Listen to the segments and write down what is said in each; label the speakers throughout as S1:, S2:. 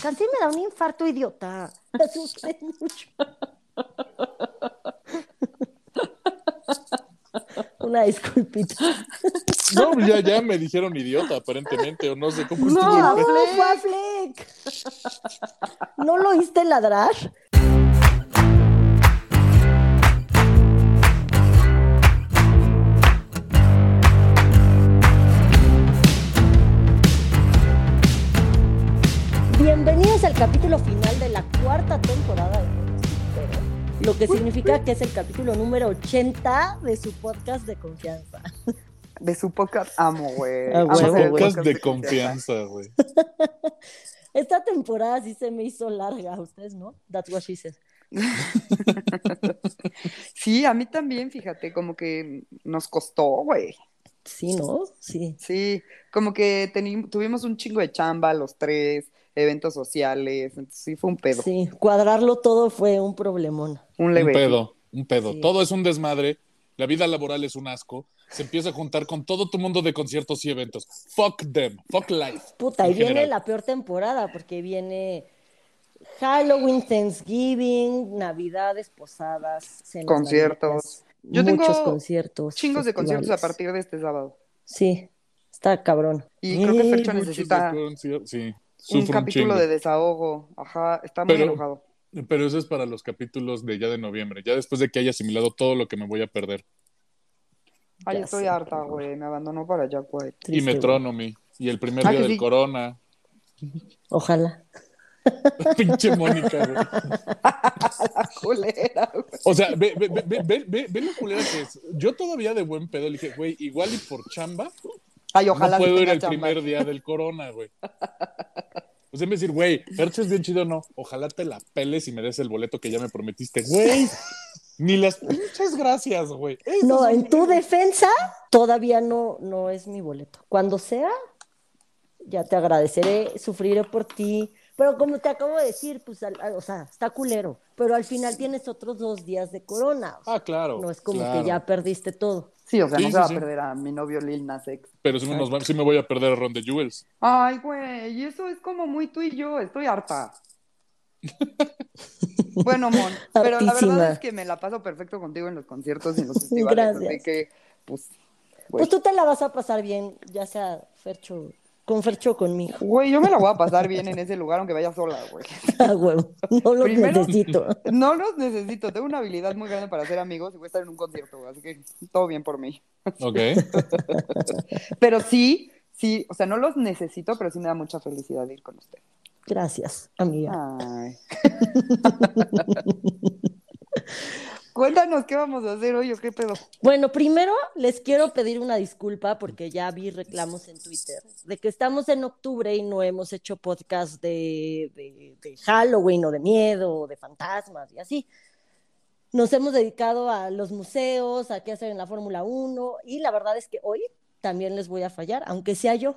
S1: Casi me da un infarto idiota. Me asusté mucho. Una disculpita.
S2: No, pues ya, ya me dijeron idiota, aparentemente, o no sé cómo
S1: No,
S2: estuvo el pe-
S1: fue a Fleck. ¿No lo oíste ladrar? Bienvenidos al capítulo final de la cuarta temporada de Podcast Cultero, lo que significa que es el capítulo número 80 de su podcast de confianza.
S3: De su podcast amo, güey.
S1: Ah, huevo,
S3: Amo hacer el
S1: güey.
S2: Podcast de confianza, güey.
S1: Esta temporada sí se me hizo larga, ustedes, ¿no? That's what she said.
S3: Sí, a mí también, fíjate, como que nos costó, güey.
S1: Sí, ¿no? Sí.
S3: Sí, como que teni- tuvimos un chingo de chamba los tres, eventos sociales, entonces sí fue un pedo,
S1: Sí, cuadrarlo todo fue un problemón.
S3: un
S2: Un
S3: leve.
S2: pedo, un pedo.
S1: Sí.
S2: Todo es un desmadre. La vida laboral es un asco. Se empieza a juntar con todo tu mundo de conciertos y eventos. Fuck them. Fuck life.
S1: Puta, y
S2: En
S1: viene
S2: general.
S1: la peor temporada porque viene Halloween, Thanksgiving, Navidades, posadas, cenas
S3: Conciertos.
S1: navideñas,
S3: Yo tengo
S1: muchos conciertos.
S3: Chingos de conciertos a
S1: festivales.
S3: partir de este sábado.
S1: Sí, está cabrón.
S3: Y creo que
S1: Eh,
S3: Fercho
S2: Muchos
S3: necesita
S2: de conci- Sí,
S3: un
S2: sufro un
S3: capítulo
S2: chingo.
S3: de desahogo. Ajá, está muy
S2: Pero-
S3: enojado.
S2: Pero eso es para los capítulos de ya de noviembre. Ya después de que haya asimilado todo lo que me voy a perder.
S3: Ay,
S1: Ya
S3: estoy
S1: sé,
S3: harta,
S1: cabrón.
S3: güey. Me abandonó para Jack White.
S2: Y
S1: Triste,
S2: Metronomy. Y el primer
S3: Ah,
S2: día
S3: que
S2: del
S3: sí.
S2: corona.
S1: güey. Ojalá.
S2: Pinche Mónica, güey.
S3: La culera, güey.
S2: O sea, ve, ve, ve, ve, ve, ve- ve lo culera que es. Yo todavía de buen pedo le dije, güey, igual y por chamba,
S3: Ay, ojalá
S2: no puedo ir
S3: sí tenga
S2: el
S3: chamba.
S2: primer día del corona, güey. O sea, me decir, güey, Fercho es bien chido, no. Ojalá te la peles y me des el boleto que ya me prometiste, güey. Ni las pinches gracias, güey. Eso
S1: No,
S2: es
S1: en
S2: un-
S1: tu defensa todavía no, no es mi boleto. Cuando sea, ya te agradeceré, sufriré por ti. Pero como te acabo de decir, pues, al- al- o sea, está culero. Pero al final tienes otros dos días de corona. o sea,
S2: Ah, claro.
S1: no es como
S2: claro.
S1: que ya perdiste todo.
S3: Sí, o sea,
S2: Sí,
S3: no
S2: sí,
S3: se va
S2: sí.
S3: a perder a mi novio Lil Nas X.
S2: Pero sí, nos va- sí me voy a perder a Ron de Jewels.
S3: Ay, güey, y eso es como muy tú y yo, estoy harta. Bueno, Mon, pero la
S1: Hartísima.
S3: verdad es que me la paso perfecto contigo en los conciertos y en los festivales.
S1: Gracias.
S3: Así que, pues,
S1: Pues
S3: güey,
S1: tú te la vas a pasar bien, ya sea Fercho, con Fercho o conmigo.
S3: Güey, yo me la voy a pasar bien en ese lugar, aunque vaya sola, güey.
S1: Ah, huevo, no lo
S3: Primero-
S1: necesito.
S3: No los necesito, tengo una habilidad muy grande para hacer amigos y voy a estar en un concierto, güey, así que todo bien por mí.
S2: Ok.
S3: Pero sí, sí, o sea, no los necesito, pero sí me da mucha felicidad ir con usted.
S1: Gracias, amiga.
S3: Ay. Cuéntanos qué vamos a hacer hoy o qué pedo.
S1: Bueno, primero les quiero pedir una disculpa porque ya vi reclamos en Twitter de que estamos en octubre y no hemos hecho podcast de, de- de Halloween o de miedo o de fantasmas y así. Nos hemos dedicado a los museos, a qué hacer en la Fórmula 1 y la verdad es que hoy también les voy a fallar, aunque sea yo.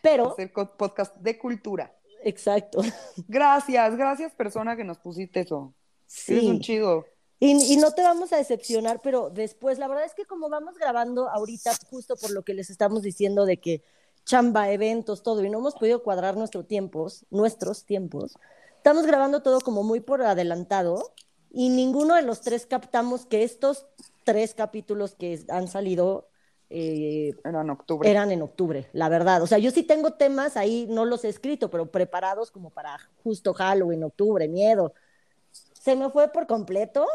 S1: Pero,
S3: hacer co- podcast de cultura.
S1: exacto.
S3: Gracias, gracias persona que nos pusiste eso.
S1: Sí.
S3: Eres un chido.
S1: Y, y no te vamos a decepcionar, pero después, la verdad es que como vamos grabando ahorita, justo por lo que les estamos diciendo de que chamba, eventos, todo, y no hemos podido cuadrar nuestros tiempos, nuestros tiempos, estamos grabando todo como muy por adelantado y ninguno de los tres captamos que estos tres capítulos que han salido eh,
S3: Era en octubre.
S1: eran en octubre, la verdad. O sea, yo sí tengo temas ahí, no los he escrito, pero preparados como para justo Halloween, octubre, miedo. Se me fue por completo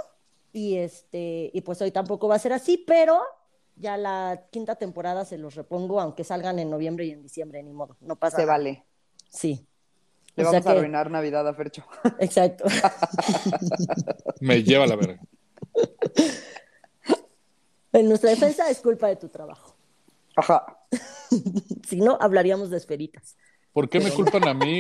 S1: y este y pues hoy tampoco va a ser así, pero ya la quinta temporada se los repongo, aunque salgan en noviembre y en diciembre, ni modo, no pasa
S3: Se
S1: nada.
S3: vale.
S1: Sí.
S3: Le
S1: O sea
S3: vamos a
S1: que-
S3: arruinar Navidad a Fercho.
S1: Exacto.
S2: Me lleva la verga.
S1: En nuestra defensa es culpa de tu trabajo.
S3: Ajá.
S1: Si no, hablaríamos de esferitas.
S2: ¿Por qué me culpan a mí?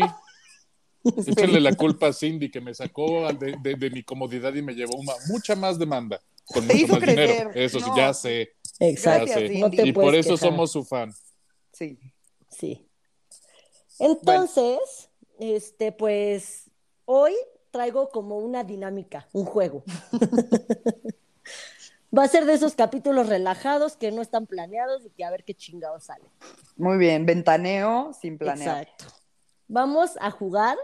S2: Échenle la culpa a Cindy, que me sacó de, de- de mi comodidad y me llevó una, mucha más demanda. Con
S3: Te
S2: mucho
S3: hizo
S2: más dinero.
S3: crecer.
S2: Eso sí,
S3: No.
S2: ya sé.
S1: Exacto.
S3: Gracias,
S2: sí.
S1: No te
S2: Y por
S1: puedes
S2: eso
S1: quejar.
S2: somos su fan.
S3: Sí.
S1: Sí. Entonces, este, pues, hoy traigo como una dinámica, un juego. Va a ser de esos capítulos relajados que no están planeados y que a ver qué chingados sale.
S3: Muy bien. Ventaneo sin planear.
S1: Exacto. Vamos a jugar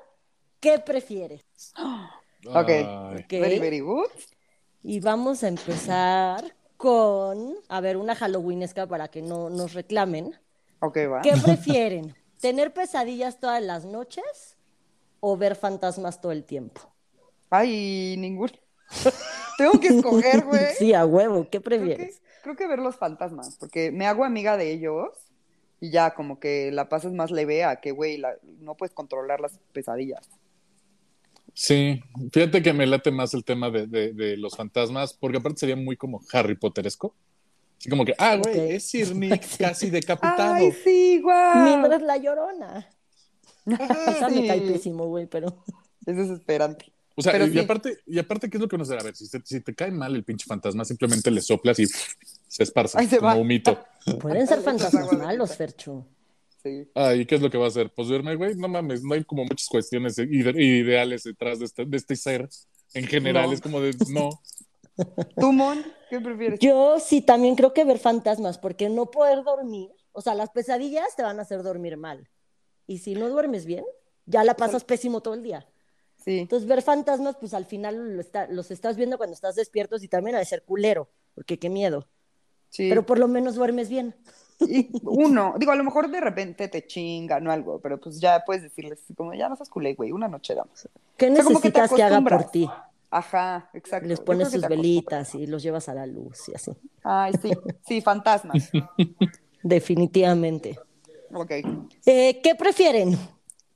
S1: ¿Qué prefieres?
S3: Ok.
S2: Ay,
S1: ¿ok?
S3: Very, very good.
S1: Y vamos a empezar con, a ver, una halloweenesca para que no nos reclamen.
S3: Ok, va.
S1: ¿Qué prefieren? ¿Tener pesadillas todas las noches o ver fantasmas todo el tiempo?
S3: Ay, ningún. Tengo que escoger, güey.
S1: Sí, a huevo, ¿qué
S3: creo, que,
S1: prefieres?
S3: creo que ver los fantasmas, porque me hago amiga de ellos y ya como que la paz es más leve a que, güey, la- no puedes controlar las pesadillas.
S2: Sí, fíjate que me late más el tema de, de- de los fantasmas, porque aparte sería muy como Harry Potteresco. Así como que, ah, güey,
S1: Ok.
S2: es Sir Nick casi decapitado.
S3: Ay, sí, guau.
S1: Mientras la llorona. Esa me cae pésimo, güey, pero.
S3: Es desesperante.
S2: O sea,
S3: Pero
S2: y,
S3: sí.
S2: aparte, y aparte, ¿qué es lo que uno hace? A ver, si te, si te cae mal el pinche fantasma, simplemente le soplas y pff, se esparce
S3: Ahí se
S2: como
S3: va.
S2: humito.
S1: Pueden ser
S3: Esas
S1: fantasmas
S3: aguas de
S1: malos,
S3: pita.
S1: Ferchu.
S3: Sí.
S2: Ay, ¿qué es lo que va a hacer? Pues duerme, güey. No mames, no hay como muchas cuestiones ide- ideales detrás de este, de este ser. En general,
S3: No.
S2: es como de, no.
S3: ¿Tú, Mon? ¿Qué prefieres?
S1: Yo sí también creo que ver fantasmas, porque no poder dormir, o sea, las pesadillas te van a hacer dormir mal. Y si no duermes bien, ya la pasas pésimo todo el día.
S3: Sí.
S1: Entonces, ver fantasmas, pues al final lo está- los estás viendo cuando estás despiertos y también ha de ser culero, porque qué miedo.
S3: Sí.
S1: Pero pues, por lo menos duermes bien.
S3: Y uno, digo, a lo mejor de repente te chingan o algo, pero pues ya puedes decirles así como, ya no seas culé, güey, una noche damos.
S1: ¿Qué
S3: sea, como que te
S1: necesitas que, haga por
S3: acostumbras.
S1: ti?
S3: Ajá, exacto.
S1: Les
S3: Yo
S1: pones
S3: creo que
S1: sus
S3: te
S1: velitas y los llevas a la luz y así.
S3: acostumbras. Ay, sí, sí, fantasmas.
S1: Definitivamente.
S3: Ok.
S1: Eh, ¿Qué prefieren?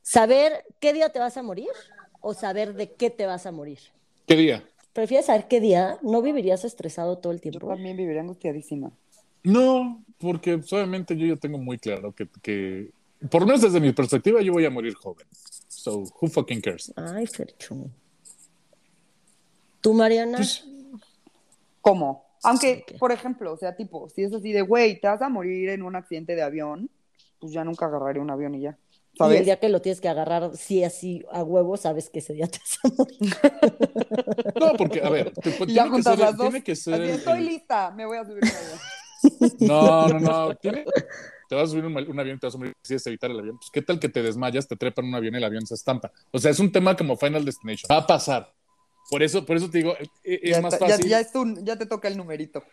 S1: ¿Saber qué día te vas a morir o saber de qué te vas a morir?
S2: ¿Qué día?
S1: ¿Prefieres saber qué día? ¿No vivirías estresado todo el
S3: Yo
S1: tiempo?
S3: también viviría angustiadísima.
S2: No, porque pues, obviamente yo ya tengo muy claro que, que, por lo menos desde mi perspectiva, yo voy a morir joven. So, who fucking cares?
S1: Ay, Ferchu. ¿Tú, Mariana?
S3: Pues, ¿Cómo? Aunque,
S1: Ok.
S3: por ejemplo, o sea, tipo, si es así de, güey, te vas a morir en un accidente de avión, pues ya nunca agarraré un avión y ya.
S1: Y el
S3: ¿Sabes?
S1: día que lo tienes que agarrar, sí, así, a huevo, sabes que ese día te vas a morir.
S2: No, porque, a ver, te-
S3: Y ya
S2: tiene, que
S3: juntas
S2: ser,
S3: las
S2: el-
S3: dos.
S2: tiene que ser
S3: así,
S2: el-
S3: estoy
S2: el-
S3: lista, me voy a subir un avión.
S2: No, no, no. tiene- te vas a subir un, mal- un avión y te vas a morir. Decides evitar el avión. Pues, ¿qué tal que te desmayas, te trepan un avión y el avión se estampa? O sea, es un tema como Final Destination. Va a pasar. Por eso, por eso te digo, e- e- es
S3: ya,
S2: más
S3: está- ya-
S2: fácil.
S3: ya es un- ya te toca el numerito.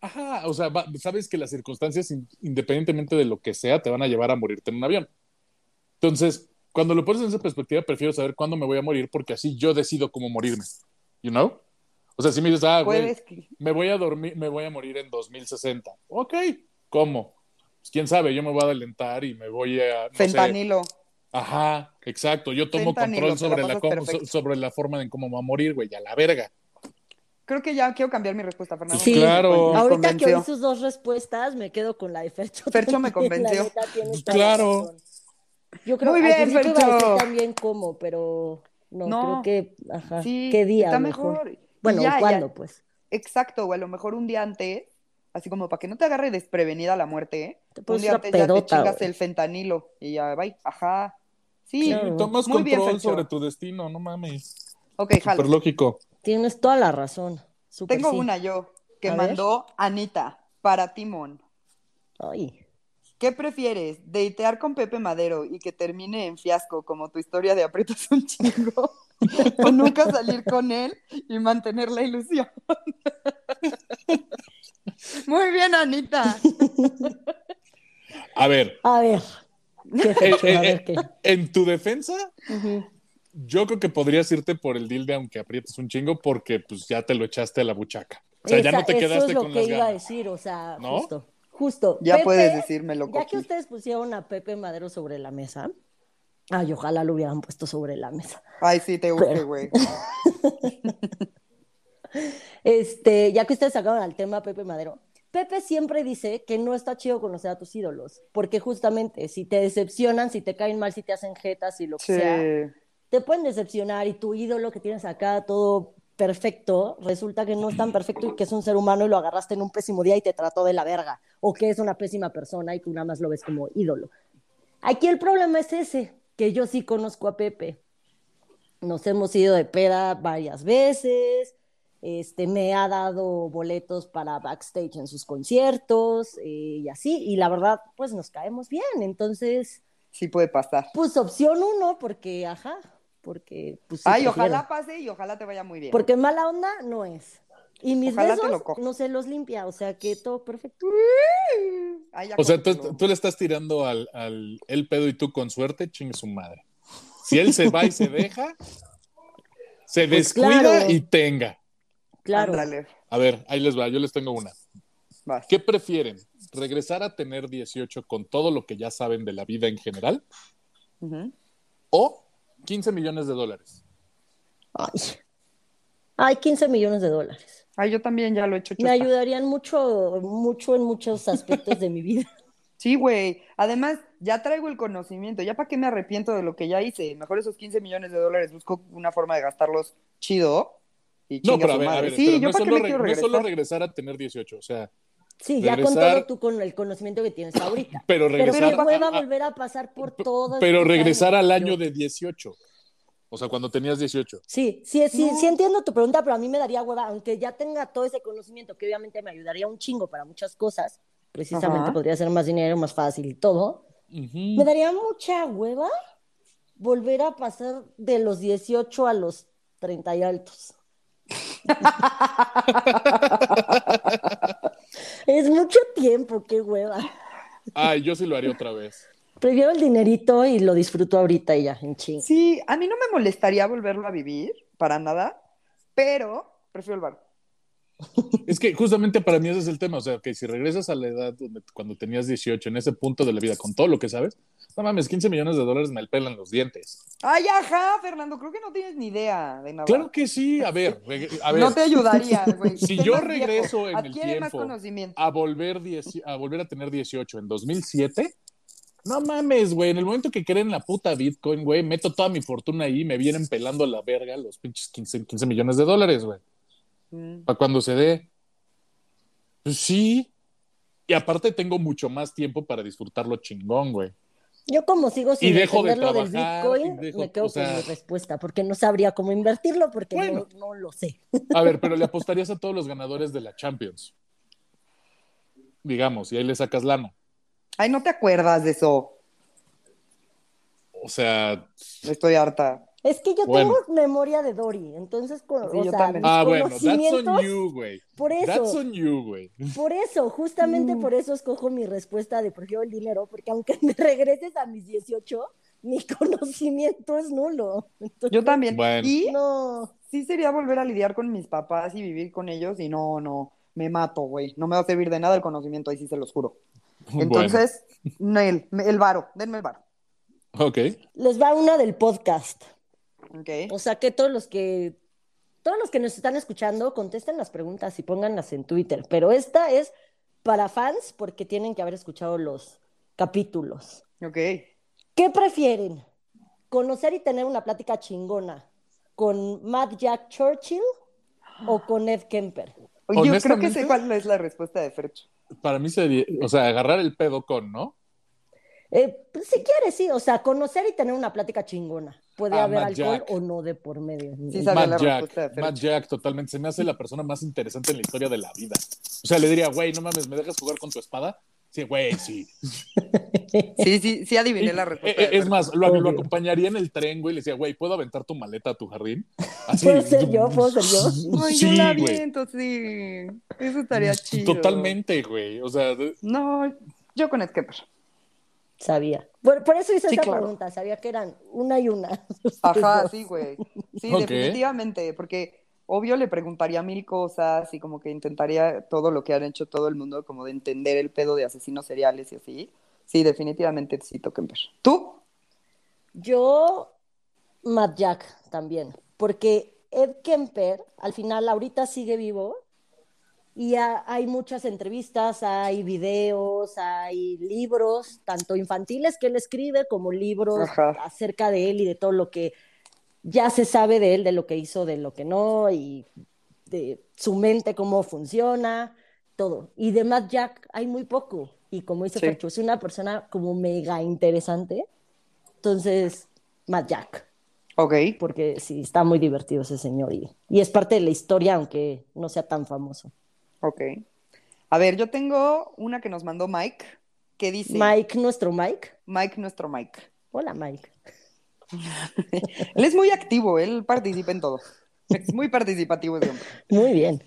S2: Ajá, o sea, va- sabes que las circunstancias, in- independientemente de lo que sea, te van a llevar a morirte en un avión. Entonces, cuando lo pones en esa perspectiva, prefiero saber cuándo me voy a morir porque así yo decido cómo morirme. You know? O sea, si me dices, ah, güey,
S3: Puedes que-
S2: me voy a dormir, me voy a morir en 2060. Ok, ¿cómo? Pues quién sabe, yo me voy a adelantar y me voy a. No sé.
S3: Fentanilo.
S2: Ajá, exacto. Yo tomo
S3: Fentanilo,
S2: control
S3: te la
S2: sobre la,
S3: pasas
S2: cómo-
S3: perfecto.
S2: so- sobre la forma en cómo va a morir, güey, a la verga.
S3: Creo que ya quiero cambiar mi respuesta, Fernando.
S1: Sí. pues,
S2: Claro.
S3: Me
S1: Ahorita que
S3: convenció.
S1: oí sus dos respuestas, me quedo con la de Fercho.
S3: Fercho me
S1: también, la
S3: convenció.
S1: neta, tienes
S2: Pues
S1: toda la
S2: claro.
S1: razón. Yo creo
S3: Muy
S1: al
S3: bien,
S1: principio iba a decir
S3: Fercho.
S1: también cómo, pero no, creo
S3: No.
S1: que, ajá,
S3: Sí,
S1: qué día
S3: está
S1: mejor.
S3: mejor.
S1: Bueno,
S3: Y ya, ya.
S1: ¿cuándo, pues?
S3: Exacto, o a lo mejor un día antes, así como para que no te agarre desprevenida la muerte, ¿eh?
S1: Te
S3: un
S1: pones
S3: día
S1: una
S3: antes ya te
S1: Pues pedota,
S3: chingas
S1: güey.
S3: el fentanilo y ya, bye. Ajá. Sí,
S1: Claro.
S2: Y tomas
S3: Muy bien,
S2: control
S3: Fercho.
S2: sobre tu destino, no mames.
S3: ok, jalo.
S2: Súper lógico.
S1: Tienes toda la razón. Súper
S3: Tengo
S1: sí.
S3: una yo que
S1: A ver.
S3: mandó Anita para Timón.
S1: Ay.
S3: ¿Qué prefieres? ¿Deitear con Pepe Madero y que termine en fiasco como tu historia de aprietas un chingo? ¿O nunca salir con él y mantener la ilusión? Muy bien, Anita.
S2: A ver,
S1: A ver. ¿Qué Fercho?
S2: eh,
S1: A
S2: eh.
S1: ver qué.
S2: en tu defensa, yo creo que podrías irte por el deal de aunque aprietes un chingo, porque pues ya te lo echaste a la buchaca. O sea, ya
S1: Esa-
S2: no te
S1: Eso
S2: quedaste
S1: es lo
S2: con
S1: que
S2: las
S1: iba a
S2: ganas.
S1: decir, o sea,
S2: ¿No?
S1: justo. Justo.
S3: Ya
S1: Pepe,
S3: puedes decírmelo,
S1: Ya que
S3: Coqui.
S1: ustedes pusieron a Pepe Madero sobre la mesa, ay, ojalá lo hubieran puesto sobre la mesa.
S3: Ay, sí, te urge, güey.
S1: Este, ya que ustedes sacaron al tema Pepe Madero, Pepe siempre dice que no está chido conocer a tus ídolos, porque justamente si te decepcionan, si te caen mal, si te hacen jetas y lo que
S3: Sí.
S1: sea, te pueden decepcionar y tu ídolo que tienes acá todo perfecto, resulta que no es tan perfecto y que es un ser humano y lo agarraste en un pésimo día y te trató de la verga, o que es una pésima persona y tú nada más lo ves como ídolo. Aquí el problema es ese, que yo sí conozco a Pepe. Nos hemos ido de peda varias veces, este, me ha dado boletos para backstage en sus conciertos eh, y así, y la verdad, pues nos caemos bien, entonces
S3: sí puede pasar.
S1: Pues opción uno, porque, ajá, porque... Pues, sí
S3: Ay,
S1: prefiero.
S3: ojalá pase y ojalá te vaya muy bien.
S1: Porque mala onda no es. Y mis
S3: Ojalá te
S1: besos
S3: lo coja.
S1: no se los limpia, o sea que todo perfecto.
S3: Ay, ya
S2: O sea, tú,
S3: cómetelo.
S2: tú le estás tirando al, al el pedo y tú con suerte, chingue su madre. Si él se va y se deja, se
S1: Pues
S2: descuida
S1: claro.
S2: y tenga.
S1: Claro.
S3: Ándale,
S2: A ver, ahí les va, yo les tengo una.
S3: vas.
S2: ¿Qué prefieren? ¿Regresar a tener 18 con todo lo que ya saben de la vida en general?
S3: Ujú.
S2: ¿O 15 millones de dólares?
S1: Ay. Ay, 15 millones de dólares.
S3: Ay, yo también ya lo he hecho.
S1: Me
S3: chota.
S1: ayudarían mucho, mucho en muchos aspectos de mi vida.
S3: Sí, güey. Además, ya traigo el conocimiento. ¿Ya para qué me arrepiento de lo que ya hice? Mejor esos 15 millones de dólares busco una forma de gastarlos chido. Y
S2: No,
S3: chinga
S2: pero a
S3: su
S2: ver, a
S3: madre.
S2: ver,
S3: Sí,
S2: pero
S3: yo
S2: no, es
S3: para qué
S2: solo
S3: me
S2: re-
S3: quiero
S2: no es
S3: regresar.
S2: solo regresar a tener 18, o sea,
S1: Sí, ya con
S2: Regresar-
S1: todo tú con el conocimiento que tienes ahorita.
S2: pero
S1: Pero
S2: regresar,
S1: que
S2: a-
S1: pueda
S2: a-
S1: volver a pasar por todo.
S2: pero regresar al año de 18. O sea, cuando tenías 18.
S1: Sí, sí, sí,
S3: No.
S1: sí entiendo tu pregunta, pero a mí me daría hueva, aunque ya tenga todo ese conocimiento que obviamente me ayudaría un chingo para muchas cosas, precisamente
S3: Ajá.
S1: podría ser más dinero, más fácil y todo.
S2: Ujú.
S1: Me daría mucha hueva volver a pasar de los 18 a los 30 y altos. es mucho tiempo, qué hueva.
S2: Ay, yo sí lo haría otra vez.
S1: Prefiero el dinerito y lo disfruto ahorita y ya, en chingo.
S3: Sí, a mí no me molestaría volverlo a vivir, para nada, pero prefiero el bar.
S2: Es que justamente para mí ese es el tema. O sea, que si regresas a la edad donde, cuando tenías 18, en ese punto de la vida, con todo lo que sabes, no mames, 15 millones de dólares me pelan los dientes.
S3: Ay, ajá, Fernando, creo que no tienes ni idea de nada.
S2: Claro que sí. A ver, reg- a ver.
S3: No te ayudaría, güey.
S2: Si
S3: Sé
S2: yo
S3: más viejo,
S2: regreso en el
S3: adquiere más
S2: tiempo.
S3: conocimiento.
S2: a volver, dieci- a volver a tener 18 en 2007. No mames, güey. En el momento que creen la puta Bitcoin, güey, meto toda mi fortuna ahí y me vienen pelando la verga los pinches 15, 15 millones de dólares, güey.
S3: Mm.
S2: Para cuando se dé. Pues sí. Y aparte tengo mucho más tiempo para disfrutarlo chingón, güey.
S1: Yo como sigo sin
S2: Y dejo de
S1: entender lo del
S2: trabajar,
S1: Bitcoin,
S2: y dejo-
S1: me quedo
S2: o sea-
S1: con mi respuesta, porque no sabría cómo invertirlo, porque
S2: Bueno.
S1: no, no lo sé.
S2: A ver, pero le apostarías a todos los ganadores de la Champions. Digamos, y ahí le sacas lana.
S3: Ay, no te acuerdas de eso.
S2: O sea,
S3: Estoy harta.
S1: Es que yo
S2: Bueno.
S1: tengo memoria de Dory, entonces, con,
S3: Sí,
S1: o
S3: yo
S1: sea,
S3: también.
S1: mis
S2: ah, bueno, that's on
S1: conocimientos,
S2: you, güey.
S1: por
S2: That's
S1: eso,
S2: on you, güey.
S1: por eso, justamente
S3: Mm.
S1: por eso escojo mi respuesta de prefiero el dinero, porque aunque me regreses a mis 18, mi conocimiento es nulo. Entonces,
S3: Yo también.
S2: Bueno.
S3: Y
S1: no,
S3: sí sería volver a lidiar con mis papás y vivir con ellos y no, no, me mato, güey. No me va a servir de nada el conocimiento, ahí sí se los juro. Entonces, Nel, el varo, denme el varo.
S2: Bueno, ok.
S1: les va una del podcast.
S3: Ok.
S1: O sea que todos los que todos los que nos están escuchando contesten las preguntas y pónganlas en Twitter. Pero esta es para fans porque tienen que haber escuchado los capítulos.
S3: Ok.
S1: ¿Qué prefieren? ¿Conocer y tener una plática chingona con Matt Jack Churchill o con Ed Kemper?
S3: Yo creo que
S2: Honestamente-
S3: sé cuál es la respuesta de Fercho.
S2: Para mí sería, o sea, agarrar el pedo con, ¿no?
S1: Eh, pues, si quieres, sí. O sea, conocer y tener una plática chingona. Puede
S2: Ah,
S1: haber
S2: Matt
S1: alcohol
S2: Jack.
S1: o no de por medio.
S3: Sí, sabe- Sabía la
S2: Matt
S3: respuesta de
S2: Jack,
S3: Fer.
S2: Matt Jack, totalmente. Se me hace la persona más interesante en la historia de la vida. O sea, le diría, güey, no mames, ¿me dejas jugar con tu espada? Sí, güey, sí.
S3: Sí, sí, sí adiviné la
S2: Eh,
S3: respuesta.
S2: eh,
S3: de
S2: es
S3: Fercho.
S2: más, lo, lo
S1: Obvio.
S2: acompañaría en el tren, güey, y le decía, güey, ¿puedo aventar tu maleta a tu jardín?
S1: ¿Puedo ser yo? ¿Puedo ser yo?
S3: Ay, yo
S2: sí,
S3: la
S2: güey. pues, Mm,
S3: aviento, sí. Eso estaría chido.
S2: Totalmente, güey. O sea, de-
S3: No, yo con Skepper.
S1: Sabía. Por, por eso hice
S3: Sí,
S1: esa
S3: claro.
S1: pregunta. Sabía que eran una y una.
S3: Ajá, sí, güey. Sí,
S2: Ok.
S3: definitivamente, porque obvio le preguntaría mil cosas y como que intentaría todo lo que han hecho todo el mundo, como de entender el pedo de asesinos seriales y así. Sí, definitivamente sí, Tokenberg. ¿Tú?
S1: Yo, Matt Jack también, porque Ed Kemper, al final, ahorita sigue vivo y ha- hay muchas entrevistas, hay videos, hay libros, tanto infantiles que él escribe como libros
S3: Ajá.
S1: acerca de él y de todo lo que ya se sabe de él, de lo que hizo, de lo que no y de su mente, cómo funciona, todo. Y de Matt Jack hay muy poco. Y como dice
S3: Sí.
S1: Ferchu, es una persona como mega interesante. Entonces, Matt Jack,
S3: Ok.
S1: porque sí, está muy divertido ese señor y, y es parte de la historia, aunque no sea tan famoso.
S3: Ok. A ver, yo tengo una que nos mandó Mike, que dice,
S1: Mike, nuestro Mike.
S3: Mike, nuestro Mike.
S1: Hola, Mike.
S3: él es muy activo, él participa en todo. Es muy participativo ese hombre.
S1: Muy bien.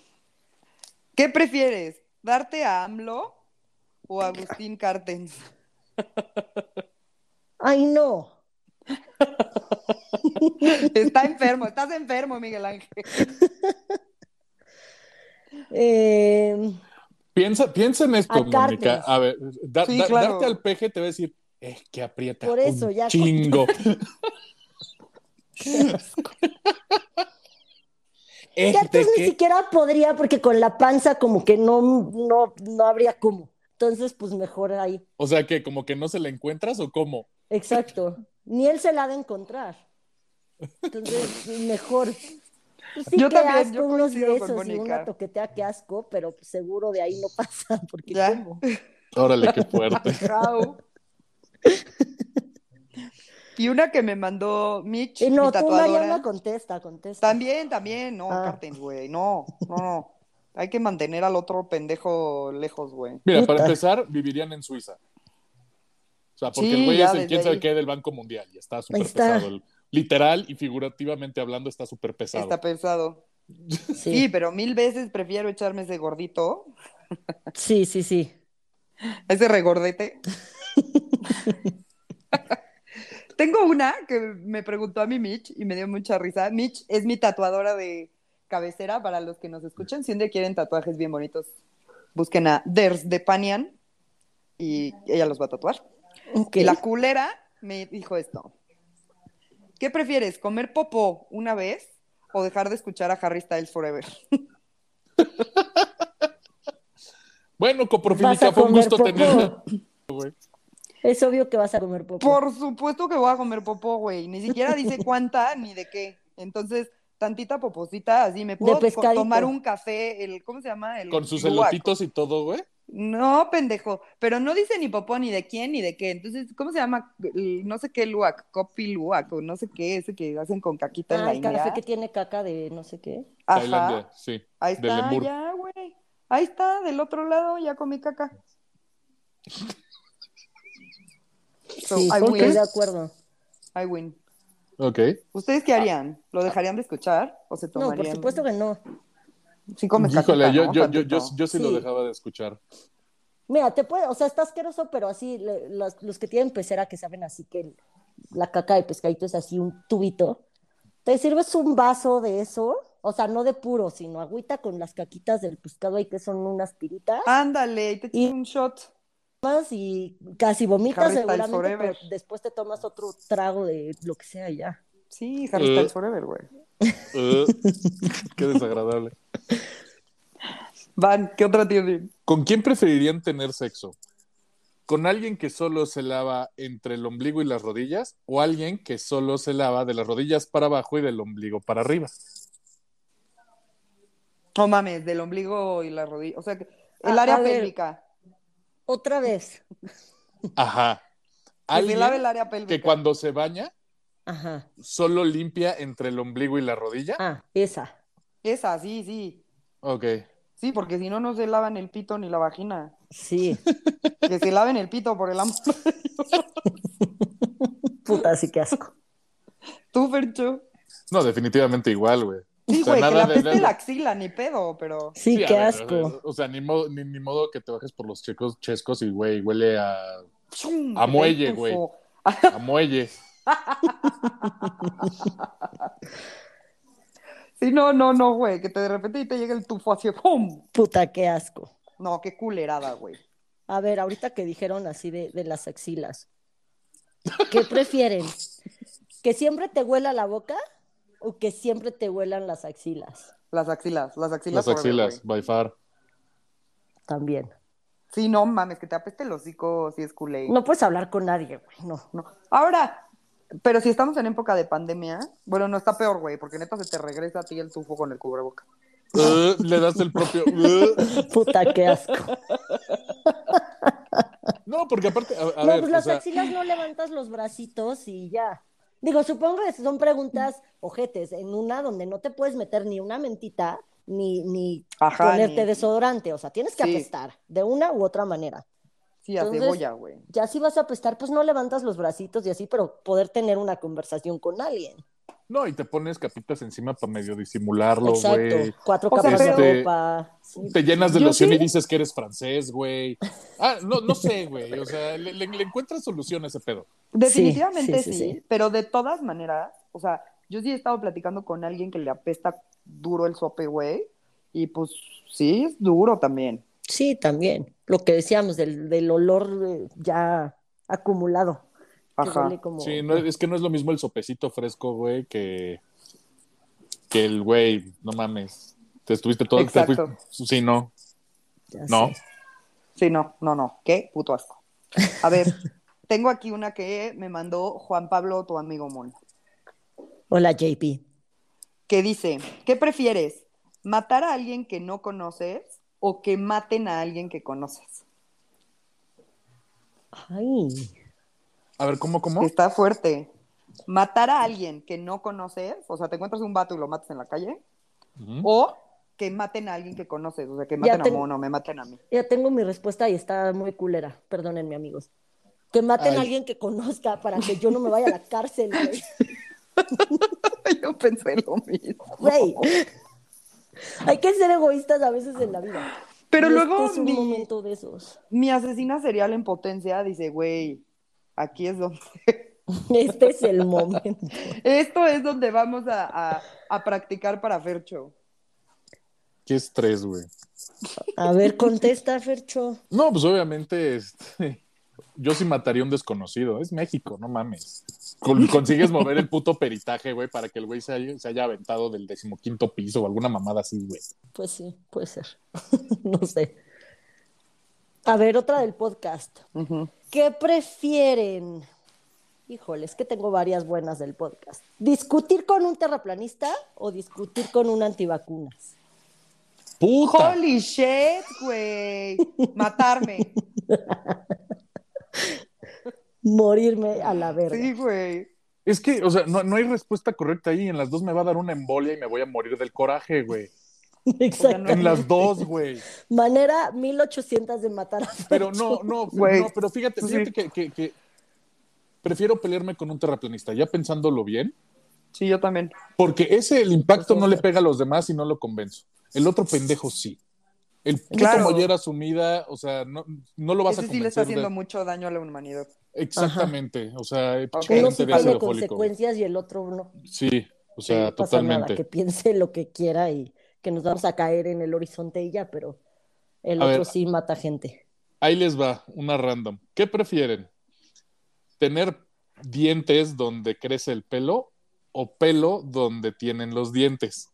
S3: ¿Qué prefieres? ¿Darte a AMLO o a Agustín Cartens?
S1: Ay, no.
S3: Está enfermo, estás enfermo, Miguel Ángel.
S1: Eh,
S2: Piensa, piensa en esto,
S1: A
S2: Mónica.
S1: Cartes.
S2: A ver, da-
S3: Sí,
S2: da-
S3: claro.
S2: darte al peje te va a decir, es que aprieta
S1: Por eso,
S2: un
S1: ya con-
S2: chingo. este
S1: Cartas ni
S2: que...
S1: siquiera podría porque con la panza como que no, no, no habría cómo. Entonces, pues mejor ahí.
S2: O sea, que como que no se la encuentras o cómo.
S1: Exacto. Ni él se la ha de encontrar. Entonces, mejor. Pues Sí,
S3: Yo
S1: qué
S3: también,
S1: asco,
S3: yo
S1: unos
S3: coincido con
S1: besos y
S3: Mónica.
S1: una toquetea, qué asco, pero seguro de ahí no pasa, porque
S3: Ya.
S1: ¿cómo?
S2: Órale, qué fuerte.
S3: Rau. Y una que me mandó Mitch,
S1: Eh, no,
S3: mi
S1: tú, Mariana,
S3: tatuadora.
S1: contesta, contesta.
S3: También, también, no,
S1: Ah.
S3: Cartens, güey, no, no, no. Hay que mantener al otro pendejo lejos, güey.
S2: Mira, para
S1: Puta.
S2: empezar, vivirían en Suiza. O sea, porque
S3: Sí,
S2: el güey
S3: ya
S2: es el
S3: desde
S2: quién sabe
S3: ahí.
S2: qué del Banco Mundial y está súper
S1: Ahí está.
S2: pesado. El- Literal y figurativamente hablando, está súper pesado.
S3: Está pesado. Sí.
S1: Sí,
S3: pero mil veces prefiero echarme ese gordito,
S1: sí, sí, sí.
S3: ese regordete. Tengo una que me preguntó a mi Mitch y me dio mucha risa. Mitch es mi tatuadora de cabecera para los que nos escuchan. Si un día quieren tatuajes bien bonitos, busquen a Ders de Panian y ella los va a tatuar.
S1: Ok.
S3: Y la culera me dijo esto. ¿Qué prefieres, comer popó una vez o dejar de escuchar a Harry Styles Forever?
S2: Bueno,
S1: Vas a
S2: coprofílica, fue un
S1: comer
S2: gusto
S1: popó.
S2: tenerlo.
S1: Es obvio que vas a comer poco.
S3: Por supuesto que voy a comer popó, güey. Ni siquiera dice cuánta ni de qué. Entonces, tantita poposita, así me puedo co-
S1: pescadito.
S3: tomar un café, el, ¿cómo se llama? El
S2: Con sus
S3: guac.
S2: elotitos y todo, güey.
S3: No, pendejo. Pero no dice ni popó, ni de quién, ni de qué. Entonces, ¿cómo se llama? El- No sé qué luac, copi luac, o no sé qué, ese que hacen con caquita en
S1: Ah,
S3: la
S1: el
S3: India.
S1: café que tiene caca de no sé qué.
S3: Ajá.
S2: Tailandia, sí.
S3: Ahí
S2: de
S3: está,
S2: lemur.
S3: ya, güey. Ahí está, del otro lado, ya comí caca. So,
S1: Sí,
S3: I
S1: estoy
S3: win,
S1: de acuerdo.
S3: I win.
S2: Ok.
S3: ¿Ustedes qué harían? ¿Lo dejarían de escuchar o se
S1: Ah. No,
S3: tomarían?
S1: por supuesto que no.
S3: Sí comes
S2: Híjole,
S3: caquita,
S2: yo,
S3: ¿no?
S2: yo, yo, yo,
S3: Tantito.
S2: yo sí, lo
S1: Sí.
S2: dejaba de escuchar.
S1: Mira, te puede, o sea, está asqueroso, pero así, le- los, los que tienen pecera que saben así que el- la caca de pescadito es así un tubito, te sirves un vaso de eso, o sea, no de puro, sino agüita con las caquitas del pescado ahí que son unas tiritas,
S3: Ándale, y te
S1: Y-
S3: echas un shot.
S1: más y casi vomitas
S3: Harry Styles
S1: seguramente, pero
S3: forever.
S1: después te tomas otro trago de lo que sea y ya.
S3: Sí, Harry Styles Forever, güey.
S2: Eh, qué desagradable.
S3: Van, ¿qué otra tienen?
S2: ¿Con quién preferirían tener sexo? ¿Con alguien que solo se lava entre el ombligo y las rodillas? ¿O alguien que solo se lava de las rodillas para abajo y del ombligo para arriba?
S3: No mames, del ombligo y la rodilla. O sea, que- el
S1: A-
S3: área
S1: a ver.
S3: pélvica.
S1: Otra vez,
S2: Ajá.
S3: Que se lave
S2: Alguien
S3: el área pélvica.
S2: que cuando se baña
S1: ajá,
S2: solo limpia entre el ombligo y la rodilla.
S1: ah, esa.
S3: Esa, sí, sí.
S2: Ok.
S3: Sí, porque si no, no se lavan el pito ni la vagina.
S1: Sí,
S3: Que se laven el pito, por el amor.
S1: puta, sí que asco.
S3: Tú, Fercho.
S2: No, definitivamente igual, güey.
S3: Sí,
S2: O sea,
S3: güey, que
S2: nada
S3: la
S2: de-
S3: peste
S2: de-
S3: la axila, ni pedo, pero.
S1: Sí,
S2: Sí, a
S1: qué
S2: ver,
S1: asco.
S2: O sea, ni modo, ni, ni modo que te bajes por los checos, chescos y, güey, huele a,
S3: ¡Chum!
S2: A
S3: que
S2: muelle,
S3: te
S2: güey.
S3: entufo.
S2: a muelle.
S3: Sí, no, no, no, güey, que te de repente te llega el tufo así, ¡pum!
S1: Puta, qué asco.
S3: No, qué culerada, güey.
S1: A ver, ahorita que dijeron así de, de las axilas, ¿qué prefieren? ¿Que siempre te huela la boca o que siempre te huelan las axilas?
S3: Las axilas, las axilas.
S2: Las
S3: forever,
S2: axilas,
S3: güey.
S2: by far.
S1: También.
S3: Sí, no mames, que te apeste el hocico si es culé.
S1: No puedes hablar con nadie, güey, no.
S3: No. Ahora, pero si estamos en época de pandemia, bueno, no está peor, güey, porque neta se te regresa a ti el tufo con el cubreboca.
S2: Eh, le das el propio. eh.
S1: Puta, qué asco.
S2: No, porque aparte, a, a
S1: no,
S2: ver,
S1: pues
S2: o
S1: las
S2: sea,
S1: axilas no levantas los bracitos y ya. Digo, supongo que son preguntas ojetes, en una donde no te puedes meter ni una mentita ni, ni
S3: Ajá,
S1: ponerte
S3: ni-
S1: desodorante, o sea, tienes que
S3: Sí.
S1: apestar de una u otra manera.
S3: Sí, a
S1: Entonces-
S3: cebolla, güey.
S1: Ya si vas a apestar, pues no levantas los bracitos y así, pero poder tener una conversación con alguien.
S2: No, y te pones capitas encima para medio disimularlo,
S1: Exacto.
S2: güey.
S1: Cuatro
S3: O sea,
S1: capas de
S2: pero-
S1: ropa. Sí.
S2: Te llenas de
S3: Yo
S2: loción
S3: sí.
S2: y dices que eres francés, güey. Ah, no, no sé, güey. O sea, le, le- le encuentras solución a ese pedo.
S3: Definitivamente
S1: sí,
S3: sí,
S1: sí, sí.
S3: pero de todas maneras, o sea, yo sí he estado platicando con alguien que le apesta duro el sope, güey, y pues sí, es duro también.
S1: Sí, también. Lo que decíamos del, del olor eh, ya acumulado. que
S3: Ajá.
S1: huele como-
S2: Sí, no, es que no es lo mismo el sopecito fresco, güey, que, que el güey, no mames. Te estuviste todo. te
S3: Exacto.
S2: fuiste- sí, no,
S1: ya
S2: no.
S1: sé.
S3: Sí, no, no, no, qué puto asco. A ver, tengo aquí una que me mandó Juan Pablo, tu amigo Mon,
S1: Hola, JP.
S3: que dice, ¿qué prefieres? ¿Matar a alguien que no conoces o que maten a alguien que conoces?
S1: Ay,
S2: A ver, ¿cómo, cómo?
S3: Está fuerte. Matar a alguien que no conoces, o sea, te encuentras un vato y lo matas en la calle,
S2: Ujú.
S3: O que maten a alguien que conoces, o sea, que maten
S1: te-
S3: a Mono, me maten a mí.
S1: ya tengo mi respuesta y está muy culera. Perdónenme, amigos. Que maten
S2: Ay.
S1: a alguien que conozca para que yo no me vaya a la cárcel, güey.
S3: Yo pensé lo mismo.
S1: Güey. Hay que ser egoístas a veces en la vida.
S3: Pero
S1: Y
S3: luego
S1: Este es un
S3: mi,
S1: momento de esos.
S3: mi asesina serial en potencia dice, güey, aquí es donde...
S1: Este es el momento.
S3: Esto es donde vamos a, a- a practicar para Fercho.
S2: Qué estrés, güey.
S1: A ver, contesta, Fercho.
S2: No, pues obviamente, este, yo sí mataría a un desconocido. Es México, no mames. Con- consigues mover el puto peritaje, güey, para que el güey se haya, se haya aventado del decimoquinto piso o alguna mamada así, güey.
S1: Pues sí, puede ser. no sé. A ver, otra del podcast.
S3: Ujú.
S1: ¿Qué prefieren? Híjole, es que tengo varias buenas del podcast. ¿Discutir con un terraplanista o discutir con un antivacunas?
S2: ¡Puta!
S3: Holy shit, güey. Matarme.
S1: Morirme a la verga.
S3: Sí, güey.
S2: Es que, o sea, no, no hay respuesta correcta ahí. En las dos me va a dar una embolia y me voy a morir del coraje, güey.
S1: Exacto.
S2: En las dos, güey.
S1: Manera 1800 de matar a
S2: Pero no, no,
S3: Güey.
S2: no, pero fíjate,
S3: Sí.
S2: fíjate que, que- que prefiero pelearme con un terraplanista, ya pensándolo bien,
S3: Sí, yo también.
S2: porque ese el impacto
S1: Pues sí,
S2: no le
S1: sí.
S2: pega a los demás y no lo convenzo. El otro pendejo sí. El puto
S3: Claro.
S2: mollera sumida, o sea, no, no lo vas
S3: Ese
S2: a
S3: sí le está
S2: convencer.
S3: haciendo
S2: de-
S3: mucho daño a la humanidad.
S2: Exactamente, o sea, el pinche
S3: Ok.
S1: Uno
S2: gente
S1: sí
S2: de
S1: tiene
S2: ácido fólico, güey.
S1: consecuencias y el otro no.
S2: Sí, o
S1: Sí,
S2: sea,
S1: no pasa nada,
S2: totalmente.
S1: que piense lo que quiera y que nos vamos a caer en el horizonte y ya, pero el
S2: A
S1: otro
S2: ver.
S1: sí mata gente.
S2: Ahí les va, una random. ¿Qué prefieren? ¿Tener dientes donde crece el pelo o pelo donde tienen los dientes?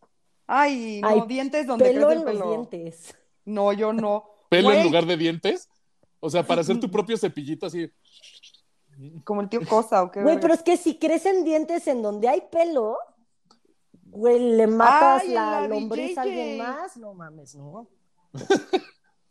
S3: Ay, no,
S1: Ay,
S3: dientes donde
S1: Pelo
S3: crece
S1: en
S3: el
S1: los
S3: pelo.
S1: dientes.
S3: No, yo no.
S2: ¿Pelo
S3: Güey,
S2: en lugar de dientes? O sea, para hacer tu propio cepillito así.
S3: Como el tío Cosa, ¿o qué?
S1: Güey,
S3: verga?
S1: pero es que si crecen dientes en donde hay pelo, güey, le matas
S3: Ay, en
S1: la,
S3: la
S1: lombriz a alguien
S3: BJJ.
S1: más. No mames, no.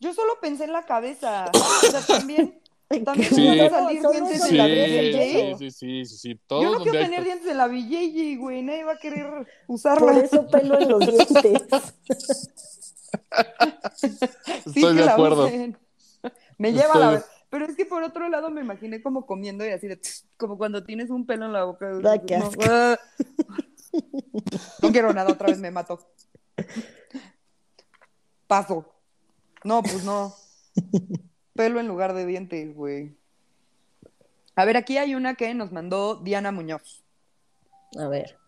S3: Yo solo pensé en la cabeza. O sea, también. También
S2: Sí.
S3: me van a
S1: Solo-
S3: salir
S1: solo
S3: dientes
S1: eso
S3: en la
S1: también es el
S2: Sí,
S1: yeso.
S3: BJJ.
S2: sí, sí, sí, sí. Todo
S3: Yo no quiero
S2: donde hay-
S3: tener dientes de la BJJ, güey. Nadie va a querer
S1: Por
S3: usarla.
S1: eso pelo en los dientes.
S3: Sí,
S2: Pues Estoy
S3: que
S2: de
S3: la
S2: acuerdo.
S3: usen. Me lleva a
S2: Estoy
S3: la
S2: de-
S3: vez. Pero es que por otro lado me imaginé como comiendo y así de tss, como cuando tienes un pelo en la boca.
S1: Da, qué
S3: No,
S1: asco.
S3: ah. No quiero nada, otra vez me mato. Paso. No, pues no. Pelo en lugar de dientes, güey. A ver, aquí hay una que nos mandó Diana Muñoz.
S1: A ver.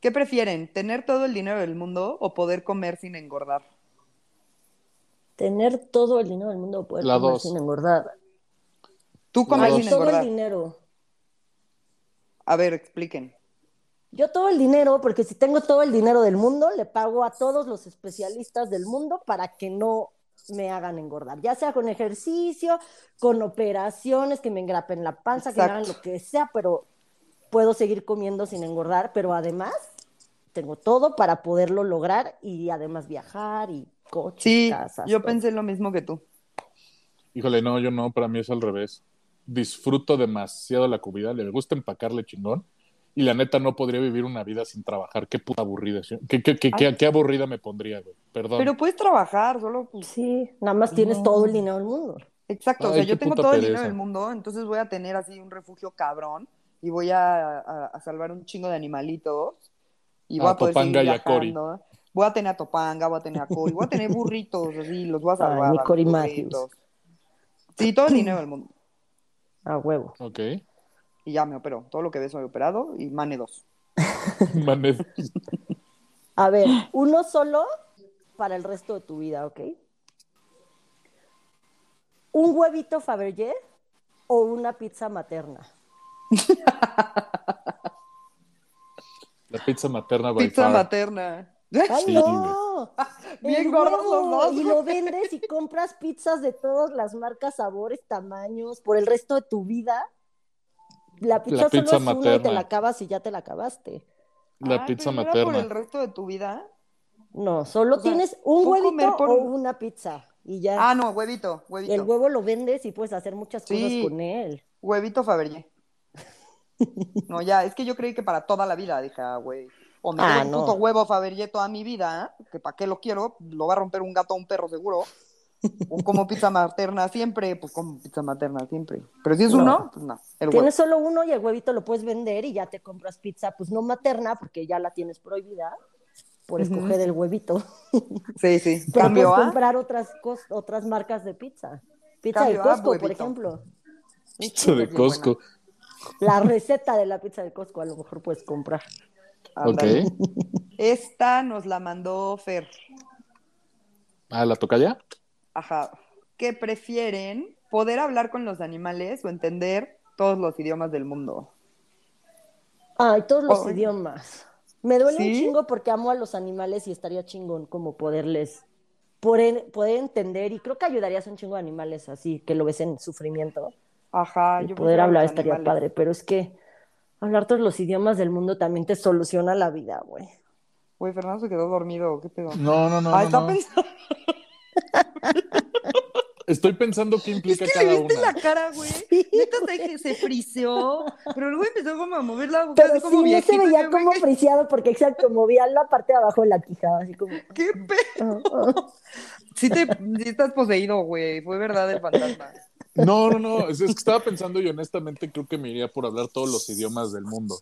S3: ¿Qué prefieren? ¿Tener todo el dinero del mundo o poder comer sin engordar?
S1: Tener todo el dinero del mundo poder
S2: La
S1: comer
S2: dos.
S1: sin engordar.
S3: Tú comer
S2: Las
S1: Ay,
S3: sin
S1: todo el
S3: engordar.
S1: dinero.
S3: A ver, expliquen.
S1: Yo todo el dinero, porque si tengo todo el dinero del mundo, le pago a todos los especialistas del mundo para que no me hagan engordar, ya sea con ejercicio, con operaciones, que me engrapen la panza, que me hagan
S3: Exacto.
S1: lo que sea, pero puedo seguir comiendo sin engordar, pero además tengo todo para poderlo lograr y además viajar y coches,
S3: Sí,
S1: casas.
S3: yo
S1: todo.
S3: pensé lo mismo que tú.
S2: Híjole, no, yo no, para mí es al revés. Disfruto demasiado la comida, le gusta empacarle chingón. Y la neta no podría vivir una vida sin trabajar. Qué puta aburrida. ¿sí? Qué, qué- qué- qué- qué aburrida me pondría, güey. Perdón.
S3: Pero puedes trabajar, solo pues,
S1: Sí, nada más tienes
S3: No.
S1: todo el dinero del mundo.
S3: Exacto, o
S2: Ay,
S3: sea, yo
S2: qué
S3: tengo
S2: puta
S3: todo el dinero
S2: pereza.
S3: del mundo, entonces voy a tener así un refugio cabrón y voy a, a- a salvar un chingo de animalitos y voy
S2: A
S3: a, poder seguir
S2: Topanga y a Cori.
S3: viajando. Voy a tener a Topanga, voy a tener a Cori, voy a tener burritos, así los voy a
S1: Ay,
S3: salvar. a
S1: mi
S3: los
S1: Cory
S3: burritos. Sí, todo el dinero del mundo.
S1: A huevo.
S2: Ok.
S3: Y ya me operó, todo lo que ves soy operado y mane dos.
S2: Manes.
S1: A ver, uno solo para el resto de tu vida, ¿ok? ¿Un huevito Fabergé o una pizza materna?
S2: La pizza materna by
S3: Pizza
S2: far.
S3: materna.
S1: ¡Ay,
S2: Sí,
S1: no!
S3: Bien
S1: El
S3: gordos
S1: huevo,
S3: los dos.
S1: Y lo vendes y compras pizzas de todas las marcas, sabores, tamaños, por el resto de tu vida. La pizza,
S2: La pizza
S1: solo es una y te
S2: materna.
S1: la acabas y ya te la acabaste.
S2: La
S3: Ay,
S2: pizza
S3: pero ¿no era por el
S2: materna.
S3: resto de tu vida?
S1: No, solo
S3: O sea,
S1: tienes un
S3: ¿puedo
S1: huevito
S3: comer por-
S1: o una pizza y ya.
S3: Ah, no, huevito, huevito.
S1: el huevo lo vendes y puedes hacer muchas
S3: Sí.
S1: cosas con él.
S3: Huevito Fabergé. No, ya, es que yo creí que para toda la vida, dije, ah, güey. O me
S1: Ah,
S3: quedo un
S1: no.
S3: puto huevo Fabergé toda mi vida, ¿eh? que para qué lo quiero, lo va a romper un gato o un perro seguro. O como pizza materna siempre, pues como pizza materna siempre. Pero si es
S1: No.
S3: uno, pues no, el huevo.
S1: Tienes solo uno y el huevito lo puedes vender y ya te compras pizza, pues no materna, porque ya la tienes prohibida por
S3: Ujú.
S1: escoger el huevito.
S3: Sí, sí.
S1: Pero
S3: Cambio
S1: puedes
S3: A.
S1: comprar otras, cos- otras marcas de pizza. Pizza
S3: Cambio
S1: de
S3: A,
S1: Costco, por
S3: huevito.
S1: ejemplo.
S2: Pizza de
S3: Bien
S2: Costco.
S1: La receta de la pizza de Costco a lo mejor puedes comprar.
S2: Ok.
S3: Ándale. Esta nos la mandó Fer.
S2: Ah, ¿la toca ya?
S3: Ajá. ¿Qué prefieren? ¿Poder hablar con los animales o entender todos los idiomas del mundo?
S1: Ay, todos los
S3: Ay.
S1: idiomas. Me duele un
S3: ¿Sí?
S1: chingo porque amo a los animales y estaría chingón como poderles poder, poder entender y creo que ayudarías a un chingo de animales así que lo ves en sufrimiento.
S3: Ajá.
S1: Y
S3: Ah, yo
S1: poder
S3: prefiero
S1: hablar
S3: los
S1: estaría
S3: animales.
S1: padre, pero es que hablar todos los idiomas del mundo también te soluciona la vida, güey.
S3: Güey, Fernando se quedó dormido, ¿qué pedo?
S2: No, no, no.
S3: ah,
S2: no,
S3: está
S2: no.
S3: pensando.
S2: Estoy pensando qué
S3: Es
S2: implica
S3: que
S2: cada
S3: le viste
S2: una.
S3: la cara, güey. Neta hasta que se friseó. Pero luego empezó como a mover la boca,
S1: Pero sí,
S3: así como
S1: no se
S3: viejito.
S1: veía
S3: yo,
S1: como
S3: güey,
S1: friseado porque exacto, movía la parte de abajo de la quijada, así como...
S3: ¿Qué pedo?
S1: ah, ah.
S3: Sí, te, sí estás poseído, güey. Fue verdad el fantasma.
S2: No, no, no. Es, es que estaba pensando y honestamente creo que me iría por hablar todos los idiomas del mundo.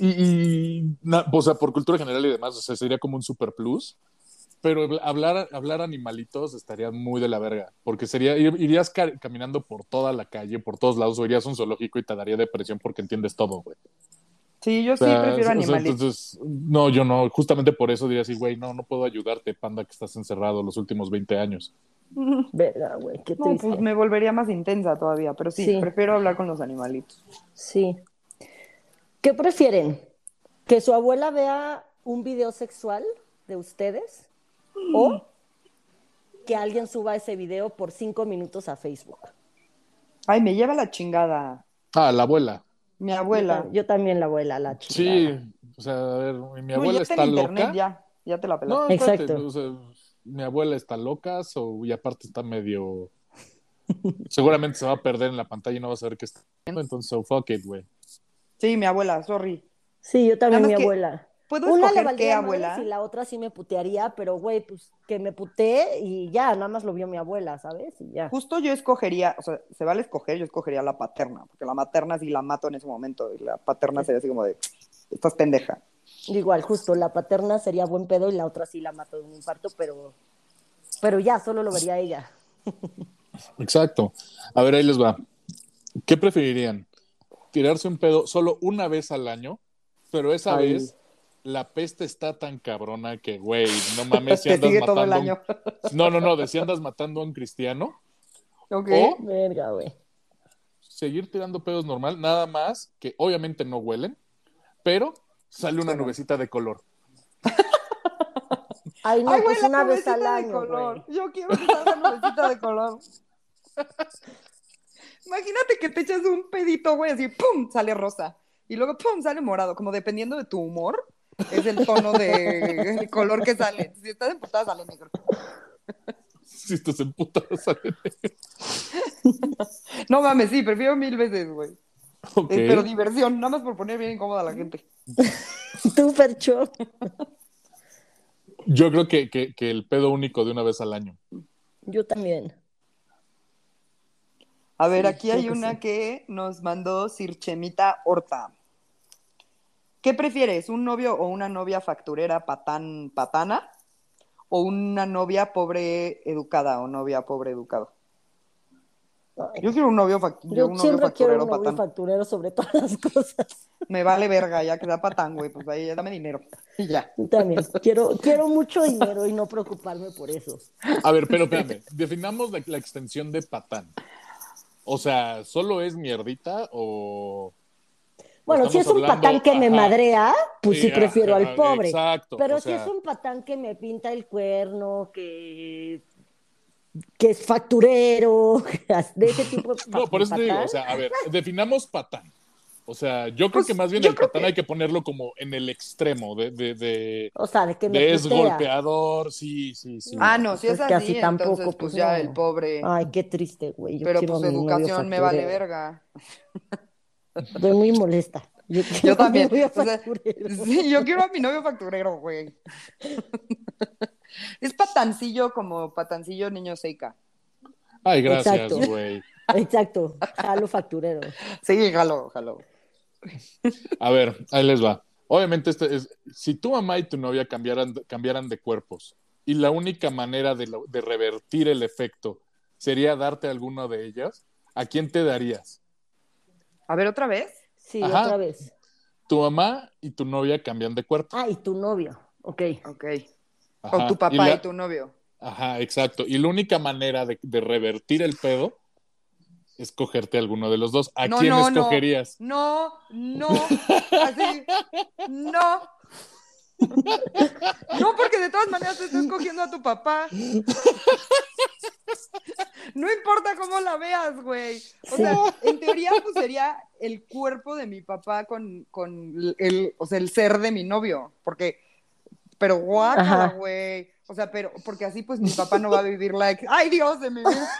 S2: Y, y, na- o sea, por cultura general y demás, o sea, sería como un super plus. Pero habl- hablar, hablar animalitos estaría muy de la verga, porque sería, ir- irías ca- caminando por toda la calle, por todos lados, o irías a un zoológico y te daría depresión porque entiendes todo, güey.
S3: Sí, yo
S2: O
S3: sí
S2: sea,
S3: prefiero
S2: o sea,
S3: animalitos.
S2: entonces, no, yo no, justamente por eso diría así, güey, no, no puedo ayudarte, panda, que estás encerrado los últimos 20 años.
S1: Verga, güey, qué
S3: No,
S1: triste.
S3: pues me volvería más intensa todavía. Pero sí,
S1: Sí.
S3: prefiero hablar con los animalitos.
S1: Sí. ¿Qué prefieren? ¿Que su abuela vea un video sexual de ustedes?
S3: Mm.
S1: ¿O que alguien suba ese video por cinco minutos a Facebook?
S3: Ay, me lleva la chingada.
S2: Ah, la abuela.
S3: Mi abuela.
S1: Yo, yo también la abuela, la chica.
S2: Sí, o sea, a ver, mi
S3: Güey,
S2: abuela
S3: ya está
S2: está
S3: en internet,
S2: loca.
S3: ya. Ya te la pelaste.
S2: No, espérate,
S1: Exacto.
S2: o sea, mi abuela está loca, so- y aparte está medio. Seguramente se va a perder en la pantalla y no va a saber qué está haciendo, entonces, so fuck it, güey.
S3: Sí, mi abuela, sorry.
S1: Sí, yo también
S3: Nada más
S1: mi
S3: que-
S1: abuela.
S3: ¿Puedo
S1: Una le
S3: escoger qué,
S1: valdría
S3: abuela?
S1: más y la otra sí me putearía, pero güey, pues que me puteé y ya, nada más lo vio mi abuela, ¿sabes? Y ya.
S3: Justo yo escogería, o sea, se vale escoger, yo escogería la paterna, porque la materna sí la mato en ese momento, y la paterna sería así como de, estás pendeja.
S1: Igual, justo, la paterna sería buen pedo y la otra sí la mató de un infarto, pero, pero ya, solo lo vería ella.
S2: Exacto. A ver, ahí les va. ¿Qué preferirían? ¿Tirarse un pedo solo una vez al año? Pero esa
S1: Ay.
S2: vez la peste está tan cabrona que, güey, no mames, si
S3: Te
S2: andas
S3: sigue todo el
S2: matando.
S3: año.
S2: No, no, no, de si andas matando a un cristiano.
S3: Ok.
S2: O
S1: Verga, güey.
S2: seguir tirando pedos normal, nada más que obviamente no huelen, pero sale una
S3: Bueno.
S2: nubecita de color.
S1: Ay, no,
S3: Ay, güey,
S1: pues
S3: la
S1: una vez
S3: nubecita
S1: al
S3: de
S1: año,
S3: color.
S1: güey.
S3: Yo quiero que salga nubecita de color. Imagínate que te echas un pedito, güey, así, ¡pum! sale rosa. Y luego, ¡pum! sale morado. Como dependiendo de tu humor, es el tono de el color que sale. Si estás emputada, sale negro.
S2: Si estás en puta, sale.
S1: Eh,
S3: No mames, sí, prefiero mil veces, güey.
S2: Ok.
S3: Eh, pero diversión, nada más por poner bien incómoda a la gente.
S1: Tú, Percho.
S2: Yo creo que, que- que el pedo único de una vez al año.
S1: Yo también.
S3: A
S1: Sí,
S3: ver, aquí
S1: creo
S3: hay
S1: que
S3: una
S1: sí.
S3: que nos mandó Sirchemita Horta. ¿Qué prefieres, un novio o una novia facturera patán patana? ¿O una novia pobre educada o novia pobre educada?
S1: Ay,
S3: Yo quiero un novio, fac- yo
S1: Yo
S3: un novio
S1: siempre quiero
S3: facturero
S1: un novio
S3: patán.
S1: facturero sobre todas las cosas.
S3: Me vale verga, ya que da patán, güey. Pues ahí dame dinero. Y ya.
S1: Yo también. Quiero, quiero mucho dinero y no preocuparme por eso.
S2: A ver, pero espérame, definamos la, la extensión de patán. O sea, ¿solo es mierdita o...?
S1: Bueno,
S2: Estamos
S1: si es un
S2: hablando-
S1: patán que me
S2: ajá.
S1: madrea, pues sí
S2: Eh,
S1: prefiero
S2: ah,
S1: al
S2: ah,
S1: pobre.
S2: Exacto.
S1: Pero
S2: o
S1: si
S2: sea,
S1: es un patán que me pinta el cuerno, que, que es facturero, de ese tipo de
S2: No, por eso te digo, o sea, a ver, definamos patán. O sea, yo creo
S3: Pues,
S2: que más bien
S3: yo
S2: el
S3: creo
S2: patán hay que ponerlo como en el extremo de... de, de,
S1: O sea, de que me
S2: de es
S1: putea.
S2: golpeador, sí, sí, sí.
S3: Ah, no, si es,
S1: Es que
S3: así,
S1: así tampoco,
S3: entonces pues
S1: pues,
S3: ya
S1: no.
S3: el pobre.
S1: Ay, qué triste, güey. Yo
S3: Pero
S1: quiero
S3: pues
S1: a mi novio
S3: educación me vale
S1: facturero.
S3: verga.
S1: Estoy muy molesta. Yo, quiero a mi
S3: también,
S1: novio
S3: o sea,
S1: facturero.
S3: Sí, yo quiero a mi novio facturero, güey. Es patancillo como patancillo niño Seika.
S2: Ay, gracias,
S1: Exacto.
S2: güey.
S1: Exacto, jalo facturero.
S3: Sí, jalo, jalo.
S2: A ver, ahí les va. Obviamente, este es, si tu mamá y tu novia cambiaran, cambiaran de cuerpos y la única manera de, lo- de revertir el efecto sería darte a alguna de ellas, ¿a quién te darías?
S3: A ver, otra vez.
S1: Sí,
S2: Ajá.
S1: otra vez.
S2: Tu mamá y tu novia cambian de cuerpo.
S1: Ah, y tu novio. Ok.
S3: Ok.
S2: Ajá,
S3: O tu papá y,
S2: la-
S3: tu novio.
S2: Ajá, exacto. Y la única manera de, de revertir el pedo es cogerte a alguno de los dos. ¿A
S3: No,
S2: quién
S3: no, no.
S2: escogerías?
S3: No, no, así, no. No, porque de todas maneras te estás cogiendo a tu papá. No importa cómo la veas, güey. O sea, en teoría, pues sería el cuerpo de mi papá con, con el, o sea, el ser de mi novio. Porque, pero guácala,
S1: Ajá.
S3: güey. O sea, pero, porque así pues mi papá no va a vivir like, ay Dios de mi vida.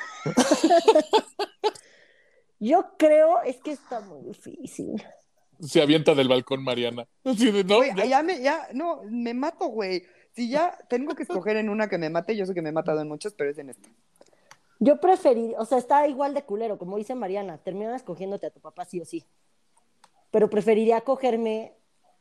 S1: Yo creo, es que está muy difícil.
S2: Se avienta del balcón Mariana. Así de, no,
S3: Güey,
S2: ya-
S3: ya me, ya, no, me mato, güey. Si ya tengo que escoger en una que me mate, yo sé que me he matado en muchas, pero es en esta.
S1: Yo preferiría, o sea, está igual de culero, como dice Mariana, terminas cogiéndote a tu papá sí o sí. Pero preferiría cogerme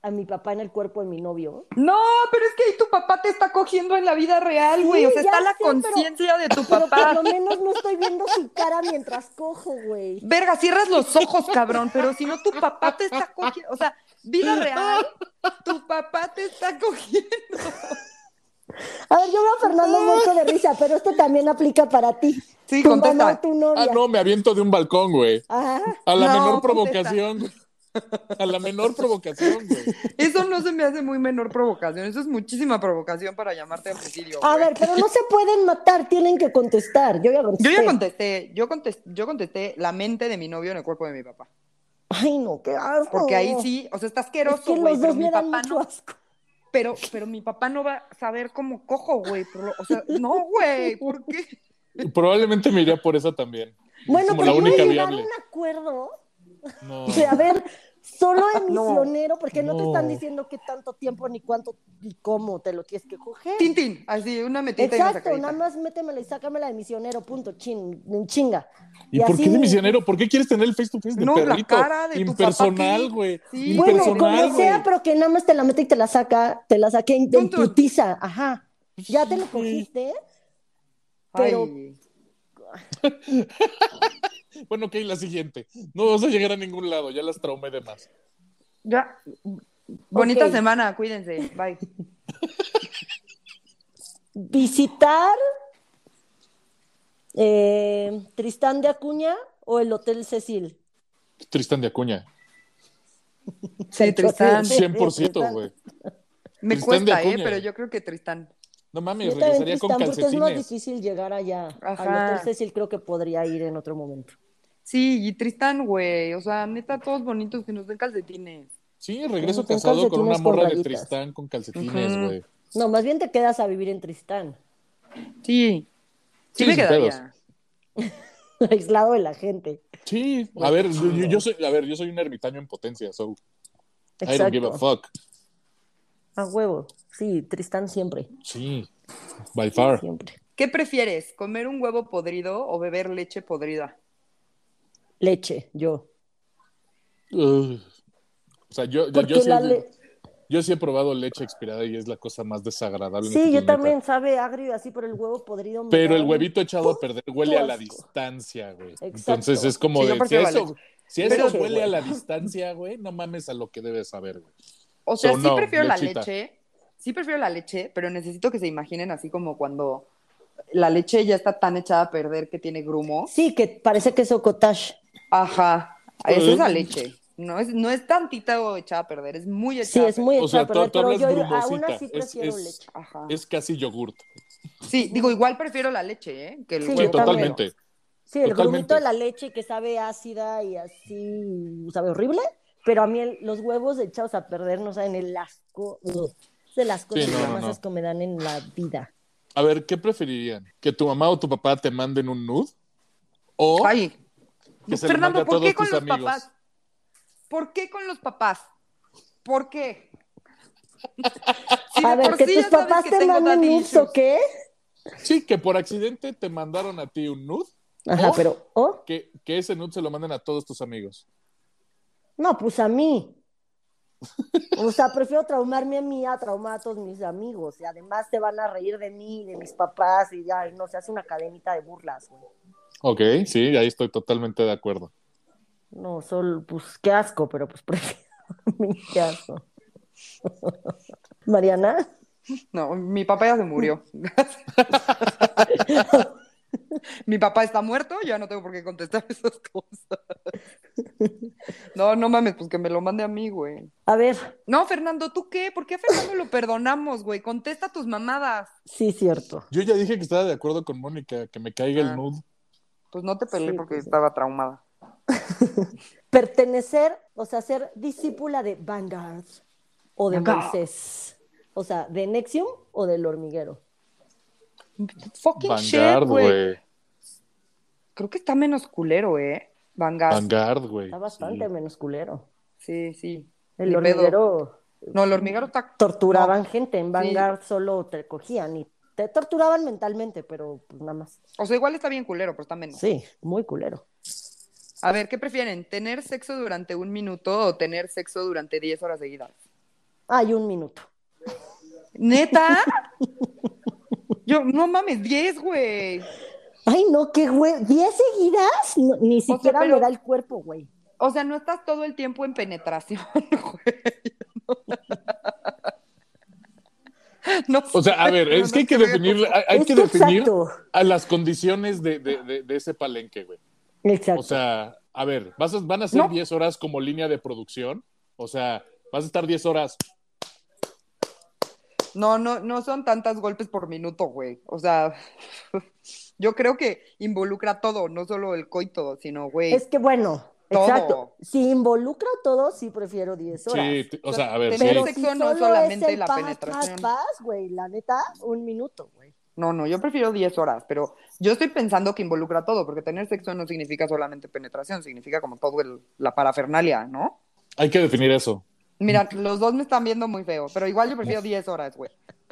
S1: a mi papá en el cuerpo de mi novio.
S3: No, pero es que ahí tu papá te está cogiendo en la vida real,
S1: Sí,
S3: güey. o sea,
S1: ya
S3: está la
S1: sé, pero-
S3: conciencia de tu
S1: Pero por
S3: papá.
S1: lo menos no estoy viendo su cara mientras cojo, güey.
S3: Verga, cierras los ojos, cabrón, pero si no, tu papá te está cogiendo. O sea, vida real, tu papá te está cogiendo.
S1: A ver, yo veo a Fernando muerto de risa, pero esto también aplica para ti.
S3: Sí,
S1: tu
S3: contesta.
S1: mamá, tu novia.
S2: Ah, no, me aviento de un balcón, güey.
S1: Ajá.
S2: A la
S3: No,
S2: menor
S3: contesta.
S2: provocación, güey. A la menor provocación, güey.
S3: Eso no se me hace muy menor provocación. Eso es muchísima provocación para llamarte a presidio.
S1: A
S3: güey.
S1: ver, pero no se pueden matar, tienen que contestar. Yo ya contesté.
S3: Yo ya contesté, yo contesté, yo contesté la mente de mi novio en el cuerpo de mi papá.
S1: Ay, no, qué asco.
S3: Porque ahí sí, o sea, está
S1: Es
S3: asqueroso,
S1: que
S3: güey,
S1: los
S3: pero
S1: dos
S3: mi
S1: me dan
S3: papá
S1: mucho
S3: no,
S1: asco.
S3: pero, pero mi papá no va a saber cómo cojo, güey, por lo- o sea, no, güey, ¿por qué?
S2: Probablemente me iría por esa también.
S1: Bueno,
S2: como
S1: pero
S2: la
S1: yo voy
S2: única
S1: a llegar a
S2: viable.
S1: un acuerdo
S2: No.
S1: O sea, a ver, solo de
S3: No.
S1: misionero, porque no, te
S2: No.
S1: están diciendo qué tanto tiempo, ni cuánto, ni cómo te lo tienes que coger.
S3: Tintín, así, una metita y
S1: Exacto, nada
S3: una sacadita.
S1: más métemela y sácamela de misionero, punto, chin, chinga.
S2: ¿Y, por
S1: así-
S2: qué de misionero? ¿Por qué quieres tener el face to face de
S3: No, la
S2: perrito?
S3: cara de tu papá,
S2: Impersonal,
S3: sí.
S2: güey.
S3: Sí.
S1: Bueno,
S2: Impersonal,
S1: como
S2: güey.
S1: sea, pero que nada más te la mete y te la saca, te la saque en en
S3: Punto.
S1: putiza, ajá.
S2: Pues
S1: Ya te lo cogiste, pero-
S3: Ay,
S2: Bueno, ok, la siguiente. No vas a llegar a ningún lado, ya las traumé de más.
S3: ya. Bonita
S1: Ok.
S3: semana, cuídense, bye.
S1: visitar eh, Tristán de Acuña o el Hotel Cecil.
S2: Tristán de Acuña.
S3: Sí, Tristán,
S1: Sí.
S2: 100%, güey.
S3: me
S2: Tristán de
S3: cuesta, eh,
S2: Acuña.
S3: pero yo creo que Tristán.
S2: No
S1: Yo
S2: mames,
S1: también
S2: regresaría con
S1: Tristán, porque es más
S2: calcetines.
S1: difícil llegar allá.
S3: Ajá.
S1: Al Hotel Cecil creo que podría ir en otro momento.
S3: Sí, y Tristán, güey, o sea, neta, todos bonitos que nos den calcetines.
S2: Sí, regreso
S1: Con
S2: casado con una
S1: calcetines con
S2: morra de
S1: rayitas.
S2: Tristán con calcetines,
S3: Ujú.
S2: güey.
S1: No, más bien te quedas a vivir en Tristán,
S3: Sí, sí,
S2: Sí,
S3: me
S2: sin
S3: quedaría.
S2: pedos.
S1: aislado de la gente.
S2: Sí, a ver, yo, yo soy, a ver, yo soy un ermitaño en potencia, so I don't give a
S1: Exacto.
S2: fuck.
S1: A huevo. Sí, Tristán siempre.
S2: Sí, by far.
S1: Siempre.
S3: ¿Qué prefieres, comer un huevo podrido o beber leche podrida?
S1: Leche, yo.
S2: Ugh. o sea, yo, yo,
S1: Porque
S2: yo sí,
S1: la le-
S2: yo sí he probado leche expirada y es la cosa más desagradable. en
S1: Sí,
S2: este
S1: yo
S2: planeta.
S1: también sabe agrio así por el huevo podrido. me
S2: Pero
S1: da
S2: el
S1: un-
S2: huevito echado a perder huele a la
S1: asco.
S2: distancia, güey.
S1: Exacto.
S2: Entonces es como
S3: Sí, yo
S2: de, si
S3: prefiero la
S2: eso, si eso
S1: Pero-
S2: huele a la distancia, güey, no mames a lo que debes saber, güey.
S3: O sea,
S2: So,
S3: sí
S2: no,
S3: prefiero
S2: lechita.
S3: la leche, sí prefiero la leche, pero necesito que se imaginen así como cuando la leche ya está tan echada a perder que tiene grumo.
S1: Sí, que parece que es ocotage.
S3: Ajá, es
S2: Ujú.
S3: esa leche. No es, no es tantita o echada a perder, es muy
S1: Sí,
S3: echada a
S1: es
S3: perder.
S1: muy
S2: O sea,
S1: echada,
S2: tú-
S1: pero,
S2: tú hablas
S1: yo aún
S2: brumosita.
S1: así
S2: Es-
S1: prefiero
S2: es-
S1: leche.
S3: Ajá.
S2: Es casi yogurt.
S3: Sí, digo, igual prefiero la leche, ¿eh? Que el
S1: Sí,
S2: Sí,
S1: yo también.
S2: totalmente.
S1: Sí, el
S2: Totalmente.
S1: grumito de la leche que sabe ácida y así, sabe horrible, pero a mí el- los huevos echados a perder no saben el asco. ugh, Es de las cosas
S2: Sí, no,
S1: que
S2: no,
S1: más
S2: no.
S1: asco me dan en la vida.
S2: A ver, ¿qué preferirían? ¿Que tu mamá o tu papá te manden un nude? ¿O
S3: Ay,
S2: que se lo mande
S3: Fernando,
S2: a
S3: ¿por
S2: todos
S3: qué con
S2: tus
S3: los
S2: amigos?
S3: papás? ¿Por qué con los papás? ¿Por qué? Si de
S1: a ver,
S3: por
S1: que
S3: sí
S1: tus
S3: ya sabes
S1: papás
S3: que
S1: te
S3: tengo
S1: manden
S3: daddy
S1: nudes o
S3: issues.
S1: qué?
S2: Sí, que por accidente te mandaron a ti un nude,
S1: Ajá,
S2: ¿O?
S1: pero, ¿oh?
S2: que, que ese nude se lo manden a todos tus amigos.
S1: No, pues a mí. O sea, prefiero traumarme a mí a traumar a todos mis amigos. Y además te van a reír de mí, de mis papás, y ya, y no se hace una cadenita de burlas, güey.
S2: Ok, sí, ahí estoy totalmente de acuerdo.
S1: No, solo, pues qué asco, pero pues prefiero a mí, qué asco. Mariana,
S3: No, mi papá ya se murió. mi papá está muerto, ya no tengo por qué contestar esas cosas. No, no mames, pues que me lo mande a mí, güey.
S1: a ver,
S3: No, Fernando, ¿tú qué? ¿Por qué a Fernando lo perdonamos, güey? Contesta tus mamadas.
S1: sí, cierto.
S2: Yo ya dije que estaba de acuerdo con Mónica, que me caiga
S3: Ah.
S2: el nude.
S3: Pues no te peleé
S1: Sí,
S3: porque
S1: pues sí.
S3: estaba traumada.
S1: Pertenecer, o sea, ser discípula de Vanguard o de
S3: Vanguard.
S1: Moisés. O sea, de Nexium o del hormiguero.
S3: Fucking
S2: Vanguard,
S3: shit, güey.
S2: güey.
S3: Creo que está menos culero, ¿eh? Vangas.
S2: Vanguard, güey.
S1: Está bastante
S2: Sí.
S1: menos culero.
S3: Sí, sí.
S1: El
S3: Ni pedo.
S1: hormiguero
S3: No, el hormiguero está.
S1: torturaban
S3: No.
S1: gente, en Vanguard solo te cogían y te torturaban mentalmente, pero pues nada más.
S3: O sea, igual está bien culero, pero está menos.
S1: Sí, muy culero.
S3: A ver, ¿qué prefieren? ¿Tener sexo durante un minuto o tener sexo durante 10 horas seguidas?
S1: Hay un minuto.
S3: ¿Neta? Yo, no mames, 10, güey.
S1: Ay, no, qué güey. ¿Diez seguidas? No, ni siquiera
S3: pero-
S1: me da el cuerpo, güey.
S3: O sea, no estás todo el tiempo en penetración, güey. No
S2: O sea, a
S3: sé,
S2: ver,
S3: pero
S2: es
S3: no
S2: que hay que
S3: sé pues, cómo-
S2: definir, hay, hay
S1: Es
S2: que
S1: que
S2: definir
S1: exacto.
S2: a las condiciones de, de- de- de ese palenque, güey.
S1: Exacto.
S2: O sea, a ver, vas a- van a ser
S3: No.
S2: 10 horas como línea de producción. O sea, vas a estar 10 horas.
S3: No, no, no son tantas golpes por minuto, güey. O sea, yo creo que involucra todo, no solo el coito, sino, güey.
S1: es que bueno,
S3: Todo.
S1: exacto. Si involucra todo, sí prefiero diez horas.
S2: Sí, t- o sea, a ver, sí.
S1: Pero
S3: Sí.
S1: si
S3: Sexo no
S1: solo
S3: solamente
S1: es el
S3: la
S1: paz,
S3: penetración.
S1: paz, paz, güey, la neta, un minuto, güey.
S3: No, no, yo prefiero 10 horas, pero yo estoy pensando que involucra todo, porque tener sexo no significa solamente penetración, significa como todo el- la parafernalia, ¿no?
S2: Hay que definir eso.
S3: Mira,
S1: Mm.
S3: los dos me están viendo muy feo, pero igual yo prefiero 10 horas, güey.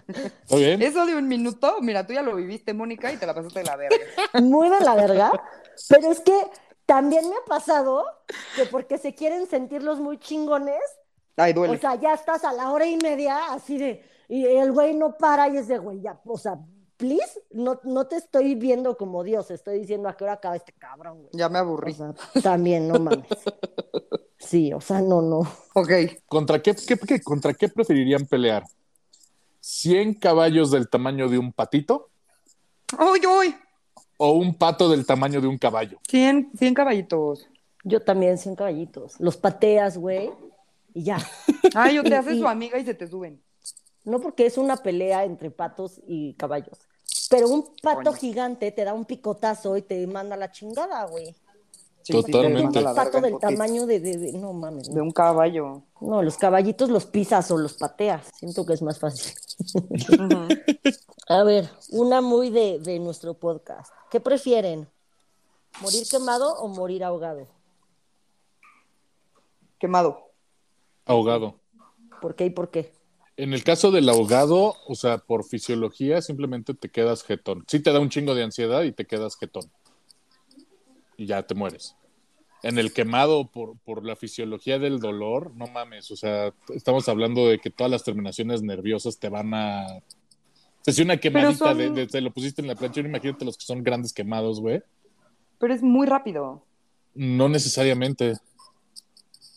S2: ¿Está bien?
S3: Eso de un minuto, mira, tú ya lo viviste, Mónica, y te la pasaste de la verga.
S1: muy de la verga, pero es que también me ha pasado que porque se quieren sentirlos muy chingones,
S3: Ay,
S1: o
S3: duele.
S1: sea, ya estás a la hora y media así de, y el güey no para y es de, güey, ya, o sea, please, no, no te estoy viendo como Dios, estoy diciendo a qué hora acaba este cabrón, güey.
S3: ya me
S1: O
S3: aburrí.
S1: sea, también, no mames. Sí, o sea, no, no.
S3: Ok.
S2: ¿Contra qué, qué- qué- ¿Contra qué preferirían pelear? ¿100 caballos del tamaño de un patito
S3: ¡Uy, uy!
S2: o un pato del tamaño de un caballo?
S3: 100, 100 caballitos.
S1: Yo también, 100 caballitos. Los pateas, güey, y ya.
S3: Ay, yo te
S1: Y-
S3: haces
S1: y-
S3: su amiga y se te suben.
S1: No porque es una pelea entre patos y caballos. Pero un pato
S3: Coño.
S1: gigante te da un picotazo y te manda la chingada, güey.
S3: Sí, sí, te
S2: Totalmente.
S3: manda
S1: Un
S3: la
S1: pato
S3: verga en
S1: del
S3: putiza.
S1: tamaño de, de- de- No mames.
S3: De
S1: No.
S3: un caballo.
S1: No, los caballitos los pisas o los pateas. Siento que es más fácil.
S3: Ujú.
S1: A ver, una muy de, de nuestro podcast. ¿Qué prefieren? ¿Morir quemado o morir ahogado?
S3: Quemado.
S2: Ahogado.
S1: ¿Por qué y por qué?
S2: En el caso del ahogado, o sea, por fisiología simplemente te quedas jetón. Sí te da un chingo de ansiedad y te quedas jetón. Y ya te mueres. en el quemado por, por la fisiología del dolor, no mames, o sea, estamos hablando de que todas las terminaciones nerviosas te van a... O sea, si una quemadita
S3: son-
S2: de, de- te lo pusiste en la plancha, ahora imagínate los que son grandes quemados, güey.
S3: Pero es muy rápido.
S2: No necesariamente.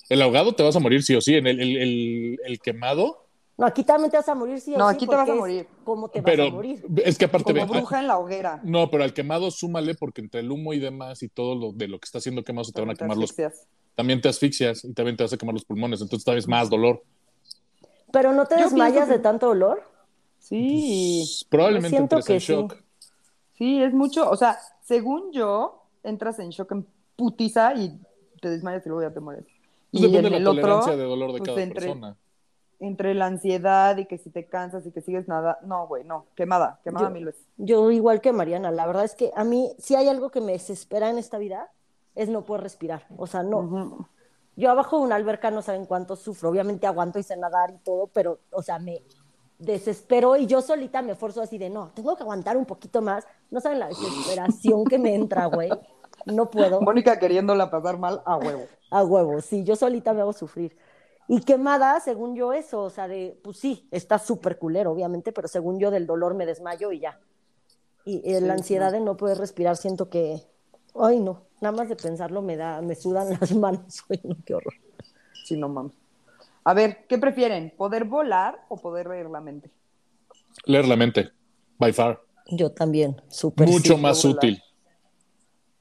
S2: El ahogado te vas a morir sí o sí, en el, el- el- el quemado,
S1: No, aquí también te vas a morir, sí o
S3: No,
S1: sí,
S3: aquí te vas
S1: porque
S3: a
S1: es
S3: morir.
S1: ¿Cómo te vas a
S2: pero
S1: morir?
S2: es que aparte...
S3: Como
S2: ve, ah,
S3: bruja en la hoguera.
S2: no, pero al quemado súmale porque entre el humo y demás y todo lo de lo que está haciendo quemado se te van a quemar los...
S3: asfixias.
S2: También te asfixias y también te vas a quemar los pulmones, entonces tal vez más dolor.
S1: ¿Pero no te
S3: Yo
S1: desmayas
S3: pienso que-
S1: de tanto dolor?
S2: Pues,
S3: Sí,
S1: Yo
S2: Probablemente
S1: siento
S2: entres en
S1: que sí.
S2: shock. Pues,
S3: sí, es mucho. O sea, según yo, entras en shock en putiza y te desmayas y luego ya te mueres.
S2: Pues
S3: y
S2: depende
S3: en
S2: de
S3: el
S2: la
S3: otro,
S2: tolerancia de dolor de
S3: pues,
S2: cada
S3: entre-
S2: persona.
S3: entre la ansiedad y que si te cansas y que sigues nada, no, güey, no, quemada, quemada
S1: Yo-
S3: mil veces.
S1: Yo igual que Mariana, la verdad es que a mí, si hay algo que me desespera en esta vida, es no poder respirar. O sea, no.
S3: Ujú.
S1: Yo abajo de una alberca no saben cuánto sufro. Obviamente aguanto y sé nadar y todo, pero, o sea, me desespero y yo solita me esforzo así de, no, tengo que aguantar un poquito más. No saben la desesperación que me entra, güey. No puedo.
S3: Mónica queriéndola pasar mal ah, a huevo.
S1: A huevo, sí, yo solita me hago sufrir. Y quemada, según yo, eso, o sea, de, pues sí, está súper culero, obviamente, pero según yo, del dolor me desmayo y ya. Y eh, la ansiedad de no poder respirar, siento que, ay, no, nada más de pensarlo me da, me sudan las manos, güey, no, qué horror.
S3: Sí, no mames. A ver, ¿qué prefieren? ¿Poder volar o poder leer la mente?
S2: Leer la mente, by far.
S1: Yo también, súper.
S2: Mucho
S1: sí.
S2: más
S3: Pues volar.
S2: útil.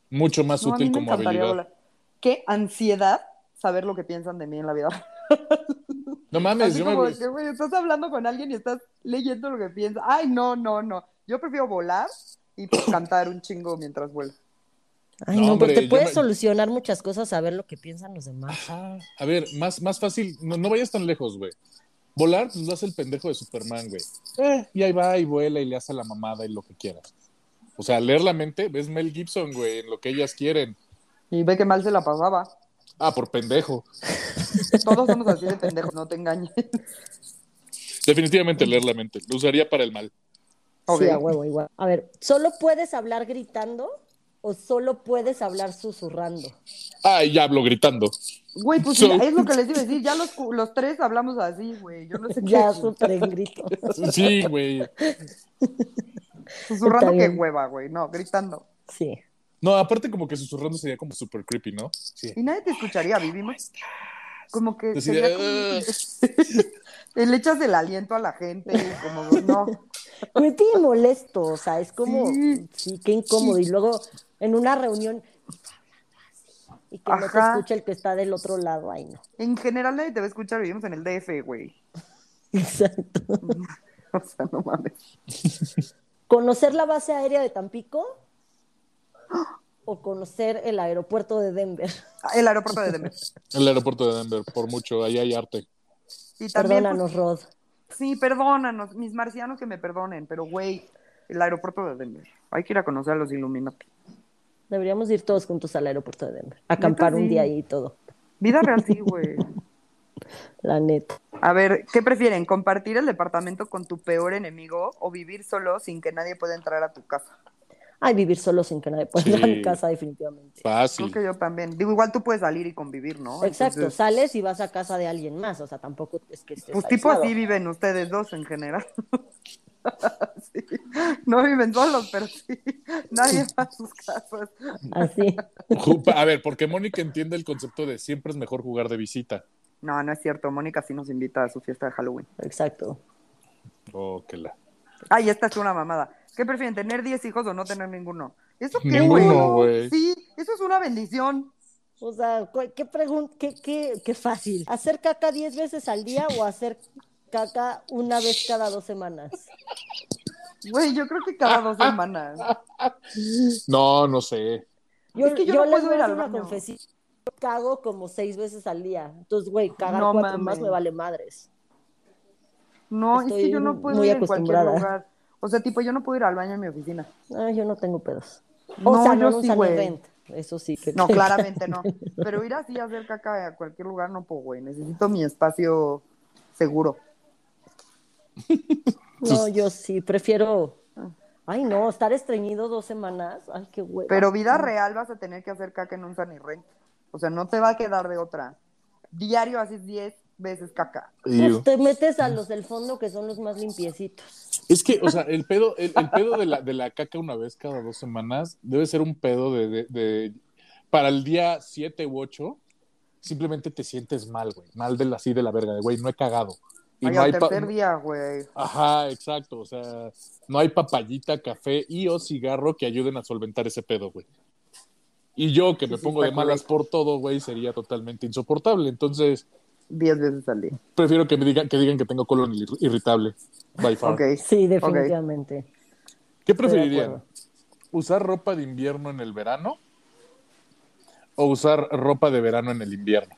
S2: Mucho más
S3: No, a mí
S2: útil
S3: me
S2: como
S3: encantaría
S2: habilidad.
S3: volar. Qué ansiedad saber lo que piensan de mí en la vida.
S2: No mames,
S3: Así
S2: yo
S3: como
S2: me...
S3: que, güey, estás hablando con alguien y estás leyendo lo que piensa. Ay, no, no, no. Yo prefiero volar y pues, cantar un chingo mientras vuelo.
S1: Ay,
S2: No,
S1: no,
S2: hombre,
S1: pero
S2: yo
S1: te puedes
S2: me-
S1: solucionar muchas cosas saber lo que piensan los demás.
S2: Ajá. A ver, más, más fácil, no, no vayas tan lejos, güey. Volar, pues lo hace el pendejo de Superman, güey. Eh, y ahí va y vuela y le hace la mamada y lo que quieras. O sea, leer la mente, ves Mel Gibson, güey, en lo que ellas quieren.
S3: Y ve que mal se la pasaba.
S2: Ah, por pendejo.
S3: Todos somos así de pendejos, no te engañes.
S2: Definitivamente leer la mente. Lo usaría para el mal.
S3: Ok.
S1: Ah, Sí, a huevo, igual. A ver, ¿solo puedes hablar gritando o solo puedes hablar susurrando?
S2: Ay, ya hablo gritando.
S3: Güey, pues
S2: So-
S3: mira, es lo que les iba a decir. Ya los, cu- los tres hablamos así, güey. Yo no sé qué.
S1: Ya, súper en grito.
S2: Sí, güey.
S3: Susurrando
S1: Está
S3: que
S1: bien.
S3: hueva, güey. No, gritando.
S1: Sí.
S2: No, aparte como que susurrando sería como super creepy, ¿no? Sí.
S3: Y nadie te escucharía, vivimos. Como que
S2: Así
S3: sería
S2: de,
S3: como- le echas el aliento a la gente, como no.
S1: Me tiene molesto, o sea, es como,
S3: Sí.
S1: sí, qué incómodo. Y luego en una reunión y que no te
S3: Ajá.
S1: escuche el que está del otro lado, ay no.
S3: En general nadie te va a escuchar, vivimos en el DF, güey.
S1: Exacto.
S3: O sea, no mames.
S1: ¿Conocer la base aérea de Tampico o conocer el aeropuerto de Denver?
S3: Ah, El aeropuerto de Denver.
S2: El aeropuerto de Denver, por mucho, ahí hay arte.
S3: Y también,
S1: Perdónanos, Rod.
S3: pues, sí, perdónanos, mis marcianos que me perdonen, pero güey, el aeropuerto de Denver. Hay que ir a conocer a los Illuminati.
S1: Deberíamos ir todos juntos al aeropuerto de Denver, acampar
S3: Neta, sí.
S1: un día ahí y todo,
S3: Vida real, sí, güey.
S1: la neta.
S3: A ver, ¿qué prefieren? ¿Compartir el departamento con tu peor enemigo o vivir solo sin que nadie pueda entrar a tu casa?
S1: Ay, vivir solo sin que nadie pueda
S2: Sí.
S1: ir a mi casa, definitivamente.
S2: Fácil.
S3: Creo que yo también. Digo, igual tú puedes salir y convivir, ¿no?
S1: Exacto,
S3: Entonces,
S1: sales y vas a casa de alguien más, o sea, tampoco es que estés
S3: pues tipo
S1: aislado.
S3: así viven ustedes dos en general. Sí. No viven solos, pero sí. Nadie va a sus casas.
S1: Así.
S2: Ju- A ver, porque Mónica entiende el concepto de siempre es mejor jugar de visita.
S3: No, no es cierto. Mónica sí nos invita a su fiesta de Halloween.
S1: Exacto.
S2: Oh, que la.
S3: Ay, esta es una mamada. ¿Qué prefieren, tener 10 hijos o no tener ninguno? ¿Eso qué,
S2: Ninguno, güey.
S3: güey? Sí, eso es una bendición.
S1: O sea, cu- qué pregunta, qué, qué, qué fácil. ¿Hacer caca 10 veces al día o hacer caca una vez cada dos semanas?
S3: Güey, yo creo que cada dos semanas.
S2: No, no sé.
S1: Yo,
S3: Es que yo
S1: yo,
S3: no
S1: les
S3: puedo
S1: voy a hacer
S3: ir al
S1: una
S3: baño.
S1: confesión. Yo Cago como seis veces al día. Entonces, güey, cagar
S3: No
S1: cuatro
S3: mames.
S1: más me vale madres.
S3: No, es que
S1: Estoy
S3: yo no puedo
S1: muy
S3: ir en cualquier
S1: acostumbrada.
S3: lugar. O sea, tipo, yo no puedo ir al baño en mi oficina.
S1: Ah, yo no tengo pedos. O
S3: No,
S1: sea,
S3: yo
S1: no, no
S3: sí,
S1: usan
S3: güey.
S1: rent. Eso sí. Que
S3: No, claramente no. Pero ir así a hacer caca a cualquier lugar, no puedo, güey. Necesito mi espacio seguro.
S1: No, yo sí, prefiero. Ay, no, estar estreñido dos semanas. Ay, qué hueva.
S3: Pero vida real vas a tener que hacer caca en un San y Rent. O sea, no te va a quedar de otra. Diario haces 10 veces caca.
S1: Pues te metes a los del fondo que son los más limpiecitos.
S2: Es que, o sea, el pedo, el, el pedo de la, de la caca una vez cada dos semanas debe ser un pedo de, de- de- para el día 7 u 8, simplemente te sientes mal, güey, mal de la, así de la verga, de güey, no he cagado. Y
S3: Ay,
S2: no hay
S3: al
S2: pa-
S3: tercer día, güey.
S2: Ajá, exacto, o sea, no hay papayita, café y o cigarro que ayuden a solventar ese pedo, güey. Y yo, que me
S3: sí,
S2: pongo
S3: está
S2: de malas por todo, güey, sería totalmente insoportable. Entonces,
S3: 10 veces al día.
S2: prefiero que me digan que, digan que tengo colon ir- irritable, by far.
S3: Ok.
S1: Sí,
S3: Ok.
S1: definitivamente.
S2: ¿Qué
S1: de
S2: preferirían?
S1: acuerdo.
S2: ¿Usar ropa de invierno en el verano? ¿O usar ropa de verano en el invierno?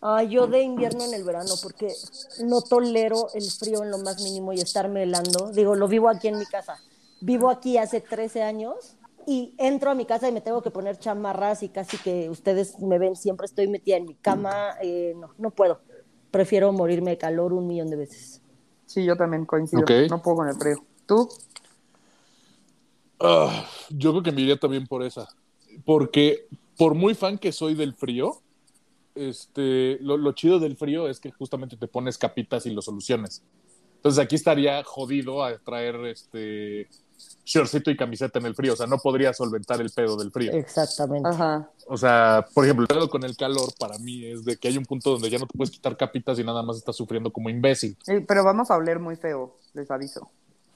S1: Ay, yo de invierno en el verano, porque no tolero el frío en lo más mínimo y estarme helando. Digo, lo vivo aquí en mi casa. Vivo aquí hace 13 años y entro a mi casa y me tengo que poner chamarras y casi que ustedes me ven, siempre estoy metida en mi cama. eh, no, no puedo. Prefiero morirme de calor un millón de veces.
S3: Sí, yo también coincido.
S2: Ok.
S3: No puedo con el frío. ¿Tú?
S2: Ah, yo creo que me iría también por esa. Porque por muy fan que soy del frío, este, lo, lo chido del frío es que justamente te pones capitas y lo soluciones. Entonces aquí estaría jodido a traer este shortcito y camiseta en el frío. O sea, no podría solventar el pedo del frío.
S1: Exactamente.
S3: Ajá.
S2: O sea, por ejemplo, el pedo con el calor para mí es de que hay un punto donde ya no te puedes quitar capitas y nada más estás sufriendo como imbécil.
S3: Eh, Pero vamos a oler muy feo, les aviso.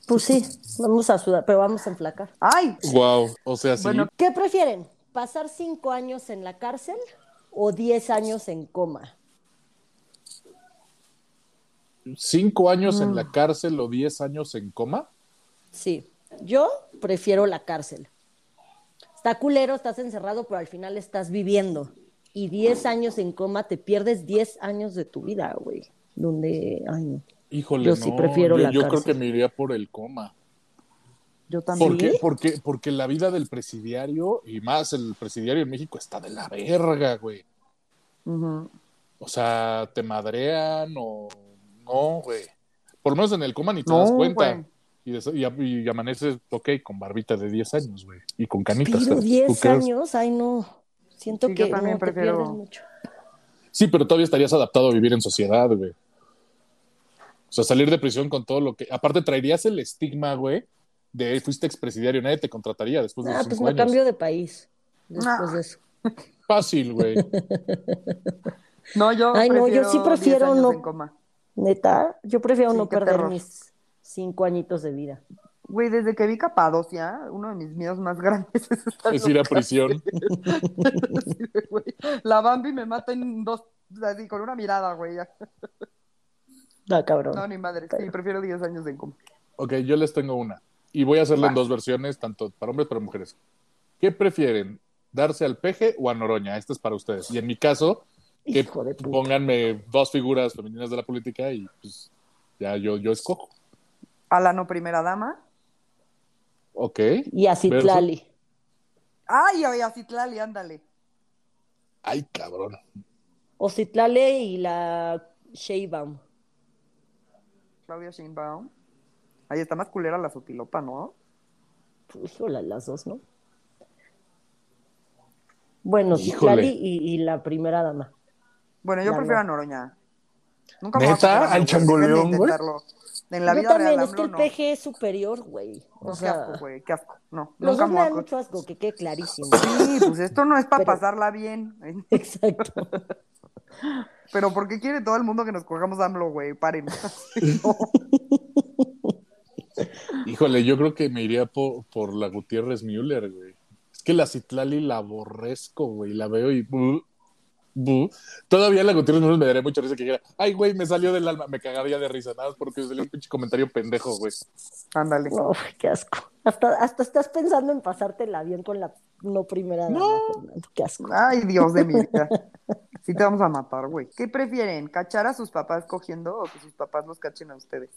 S1: Pues sí, vamos a sudar, pero vamos a enflacar.
S3: ¡Ay!
S2: Wow, o sea, sí.
S3: Bueno,
S1: ¿Qué prefieren? ¿Pasar cinco años en la cárcel o 10 años en coma?
S2: cinco años en la cárcel o diez años en coma.
S1: Sí, yo prefiero la cárcel. Está culero, estás encerrado, pero al final estás viviendo. Y 10 años en coma, te pierdes 10 años de tu vida, güey. Donde, ay, no.
S2: Híjole,
S1: Yo
S2: no.
S1: sí prefiero
S2: yo
S1: la
S2: yo
S1: cárcel.
S2: creo que me iría por el coma.
S3: Yo
S2: ¿Por
S3: también.
S2: qué? Porque, porque la vida del presidiario y más el presidiario en México está de la verga, güey.
S3: Ujú.
S2: O sea, te madrean o no, güey. Por lo menos en el coma ni te das
S3: No,
S2: cuenta.
S3: güey.
S2: Y, des- y a- y amaneces, ok, con barbita de 10 años, güey. Y con canitas.
S1: Pero
S2: ¿tú
S1: 10
S2: crees?
S1: años, ay, no. Siento
S3: Sí, yo
S1: que no,
S3: también
S1: te
S3: prefiero-
S1: pierdes mucho.
S2: Sí, pero todavía estarías adaptado a vivir en sociedad, güey. O sea, salir de prisión con todo lo que. Aparte, traerías el estigma, güey, de fuiste expresidiario, nadie te contrataría después de
S1: Ah,
S2: los
S1: pues
S2: cinco
S1: me
S2: años.
S1: cambio de país
S3: Ah.
S1: después de eso.
S2: Fácil, güey.
S3: No, yo.
S1: Ay, no, yo sí
S3: 10
S1: prefiero
S3: años
S1: no-
S3: en coma.
S1: Neta, yo prefiero
S3: Sí,
S1: no
S3: qué
S1: perder
S3: terror.
S1: mis cinco añitos de vida.
S3: Güey, desde que vi Capadocia, uno de mis miedos más grandes es estar
S2: Es ir a prisión.
S3: Así de, güey, La Bambi me mata en dos, así con una mirada, güey. ya.
S1: No, Ah, cabrón.
S3: No, ni madre. Sí,
S1: Pero-
S3: prefiero 10 años en coma.
S2: Ok, yo les tengo una. Y voy a hacerla en
S3: Va.
S2: dos versiones, tanto para hombres como para mujeres. ¿Qué prefieren? ¿Darse al peje o a Noroña? Esta es para ustedes. Y en mi caso, que
S1: Hijo de puta.
S2: pónganme dos figuras femeninas de la política y pues ya yo, yo escojo.
S3: A la no primera dama.
S2: Ok.
S1: Y así
S2: Verso.
S1: Tlali.
S3: Ay, ay, a Citlali, ándale.
S2: Ay, cabrón.
S1: O Citlale y la Sheinbaum.
S3: Claudia Sheinbaum. Ahí está más culera la sotilopa, ¿no?
S1: Híjole, las dos, ¿no? Bueno,
S2: Híjole.
S1: Citlali y, y la primera dama.
S3: Bueno, yo
S1: La
S3: prefiero a
S1: no.
S3: Noroña. Nunca me voy a
S2: ¿Neta?
S3: coger a
S2: ¿Al
S3: AMLO,
S2: changoleón,
S3: déjenme
S2: güey?
S3: intentarlo. En la
S1: Yo
S3: vida
S1: también,
S3: real,
S1: es que
S3: AMLO,
S1: el
S3: no.
S1: PG es superior, güey. O
S3: No, qué
S1: sea,
S3: asco, güey, qué asco. No,
S1: los
S3: nunca
S1: dos
S3: me
S1: me
S3: voy a
S1: dan
S3: co-
S1: mucho asco, que quede clarísimo.
S3: Sí, pues esto no es para
S1: Pero-
S3: pasarla bien. ¿eh?
S1: Exacto.
S3: Pero ¿por qué quiere todo el mundo que nos cojamos a AMLO, güey? Paren.
S2: Híjole, yo creo que me iría por, por la Gutiérrez Müller, güey. Es que la Citlali la aborrezco, güey. La veo y. bu, bu. Todavía la Gutiérrez Müller me daría mucha risa que dijera, ay, güey, me salió del alma. Me cagaría de risa, nada más porque salió un pinche comentario pendejo, güey.
S3: Ándale.
S1: No, güey, qué asco. Hasta, hasta estás pensando en pasártela bien con la no primera dama, Fernando. Qué asco.
S3: Ay, Dios de mi vida. Sí te vamos a matar, güey. ¿Qué prefieren? ¿Cachar a sus papás cogiendo o que sus papás los cachen a ustedes?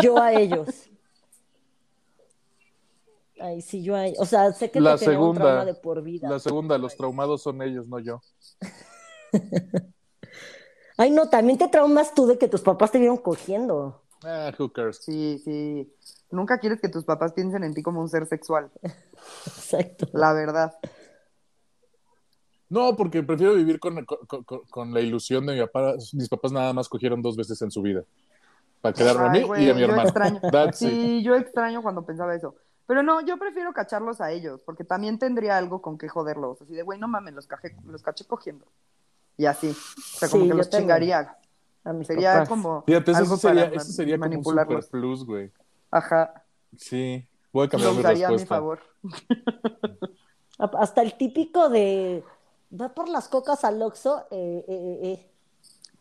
S1: Yo a ellos. Ay, sí, yo a ellos. O sea, sé que
S2: La
S1: te genera un
S2: segunda.
S1: trauma de por vida.
S2: La segunda, los traumados son ellos, no yo.
S1: Ay, no, también te traumas tú de que tus papás te vieron cogiendo.
S2: Ah, who cares?
S3: Sí, sí. Nunca quieres que tus papás piensen en ti como un ser sexual,
S1: Exacto.
S3: la verdad.
S2: No, porque prefiero vivir con, con- con- con la ilusión de mi papá. Mis papás nada más cogieron dos veces en su vida. Para quedarme a
S3: Ay,
S2: mí
S3: güey,
S2: y a mi
S3: yo
S2: hermano.
S3: extraño.
S2: That's it.
S3: Sí, yo extraño cuando pensaba eso. Pero no, yo prefiero cacharlos a ellos, porque también tendría algo con que joderlos. Así de, güey, no mames, los, caje- los caché cogiendo. Y así. O sea, como
S1: Sí,
S3: que
S1: yo
S3: los
S1: también.
S3: chingaría.
S1: A mis
S3: Sería
S1: papás.
S3: como.
S2: Fíjate, eso
S3: algo
S2: sí sería,
S3: para
S2: eso sería como un
S3: manipularlos.
S2: super plus, güey.
S3: Ajá.
S2: Sí. Voy a cambiar
S3: Lo
S2: mi
S3: usaría a mi
S2: respuesta.
S3: favor.
S1: A- Hasta el típico de. Va por las cocas al Oxxo. eh, eh, eh, eh.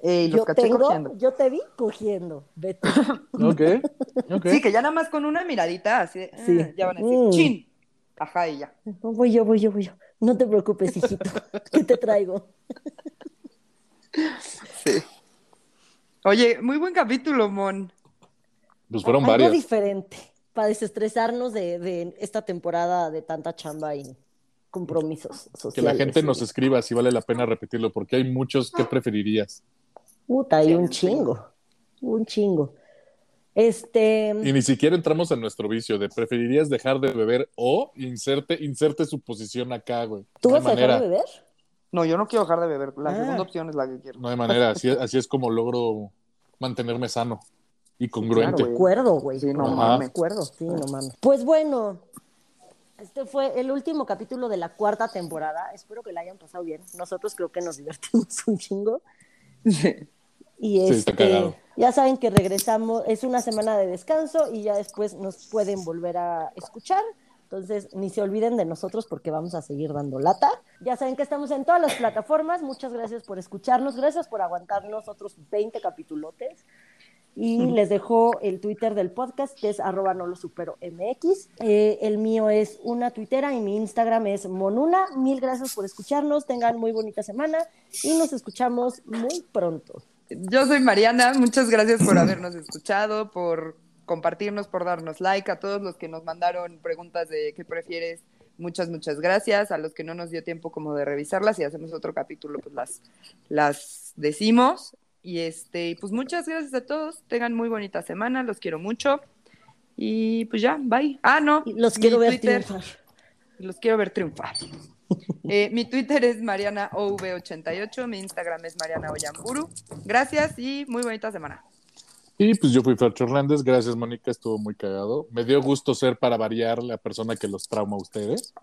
S3: Eh, y los
S1: Yo
S3: caché
S1: tengo,
S3: cogiendo.
S1: yo te vi cogiendo. Vete.
S2: Ok. Ok.
S3: Sí, que ya nada más con una miradita, así de,
S1: Sí.
S3: "Ah", ya van a decir,
S1: Mm.
S3: chin. Ajá, y ya.
S1: No, voy yo, voy yo, voy yo. No te preocupes, hijito. ¿Qué te traigo?
S3: Sí. Oye, muy buen capítulo, Mon.
S2: Pues fueron
S1: Algo
S2: varias.
S1: diferente para desestresarnos de, de esta temporada de tanta chamba y compromisos sociales.
S2: Que la gente nos escriba si vale la pena repetirlo, porque hay muchos
S3: Ah.
S2: que preferirías.
S1: Puta, y un chingo. Un chingo. Este.
S2: Y ni siquiera entramos a nuestro vicio de preferirías dejar de beber o inserte, inserte su posición acá, güey.
S1: ¿Tú
S2: No hay
S1: vas a dejar
S2: manera.
S1: de beber?
S3: No, yo no quiero dejar de beber. La
S1: Ah.
S3: segunda opción es la que quiero.
S2: No hay manera. Así, así es como logro mantenerme sano y
S3: claro,
S2: congruente.
S1: De acuerdo, güey.
S3: Sí, no
S2: Ajá.
S1: De
S3: mames.
S1: acuerdo, sí, no mames. Pues bueno, este fue el último capítulo de la cuarta temporada. Espero que la hayan pasado bien. Nosotros creo que nos divertimos un chingo. Y
S2: Sí, está
S1: este,
S2: cagado.
S1: ya saben que regresamos, es una semana de descanso y ya después nos pueden volver a escuchar. Entonces, ni se olviden de nosotros porque vamos a seguir dando lata. Ya saben que estamos en todas las plataformas. Muchas gracias por escucharnos. Gracias por aguantarnos otros 20 capitulotes. Y les dejo el Twitter del podcast, que es arroba no lo supero MX. Eh, el mío es una tuitera y mi Instagram es monuna. Mil gracias por escucharnos. Tengan muy bonita semana y nos escuchamos muy pronto.
S3: Yo soy Mariana, muchas gracias por habernos escuchado, por compartirnos, por darnos like, a todos los que nos mandaron preguntas de qué prefieres, muchas, muchas gracias, a los que no nos dio tiempo como de revisarlas y hacemos otro capítulo, pues las, las decimos. Y este, pues muchas gracias a todos, tengan muy bonita semana, los quiero mucho. Y pues ya, bye. Ah, no.
S1: Los
S3: mi
S1: quiero ver
S3: Twitter-
S1: triunfar.
S3: Los quiero ver triunfar. Eh, mi Twitter es MarianaOV88, mi Instagram es Mariana Oyamburu. Gracias y muy bonita semana.
S2: Y pues yo fui Fercho Hernández. Gracias, Mónica. Estuvo muy cagado. Me dio gusto ser para variar la persona que los trauma a ustedes.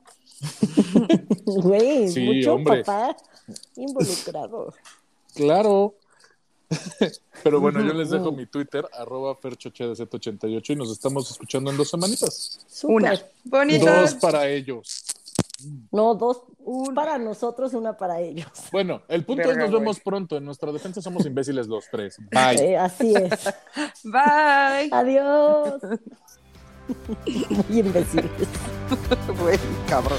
S1: Güey,
S2: Sí,
S1: mucho
S2: hombre.
S1: papá involucrado.
S2: Claro. Pero bueno, yo les dejo mi Twitter, arroba ferchochedz88 y nos estamos escuchando en dos semanitas.
S1: Súper.
S3: Una. Bonita.
S2: Dos para ellos.
S1: No, dos. Un para nosotros y una para ellos.
S2: Bueno, el punto
S3: Verga,
S2: es nos
S3: güey.
S2: vemos pronto. En nuestra defensa somos imbéciles los tres. Bye.
S1: Eh, así es.
S3: Bye.
S1: Adiós. Muy imbéciles.
S3: Güey, cabrón.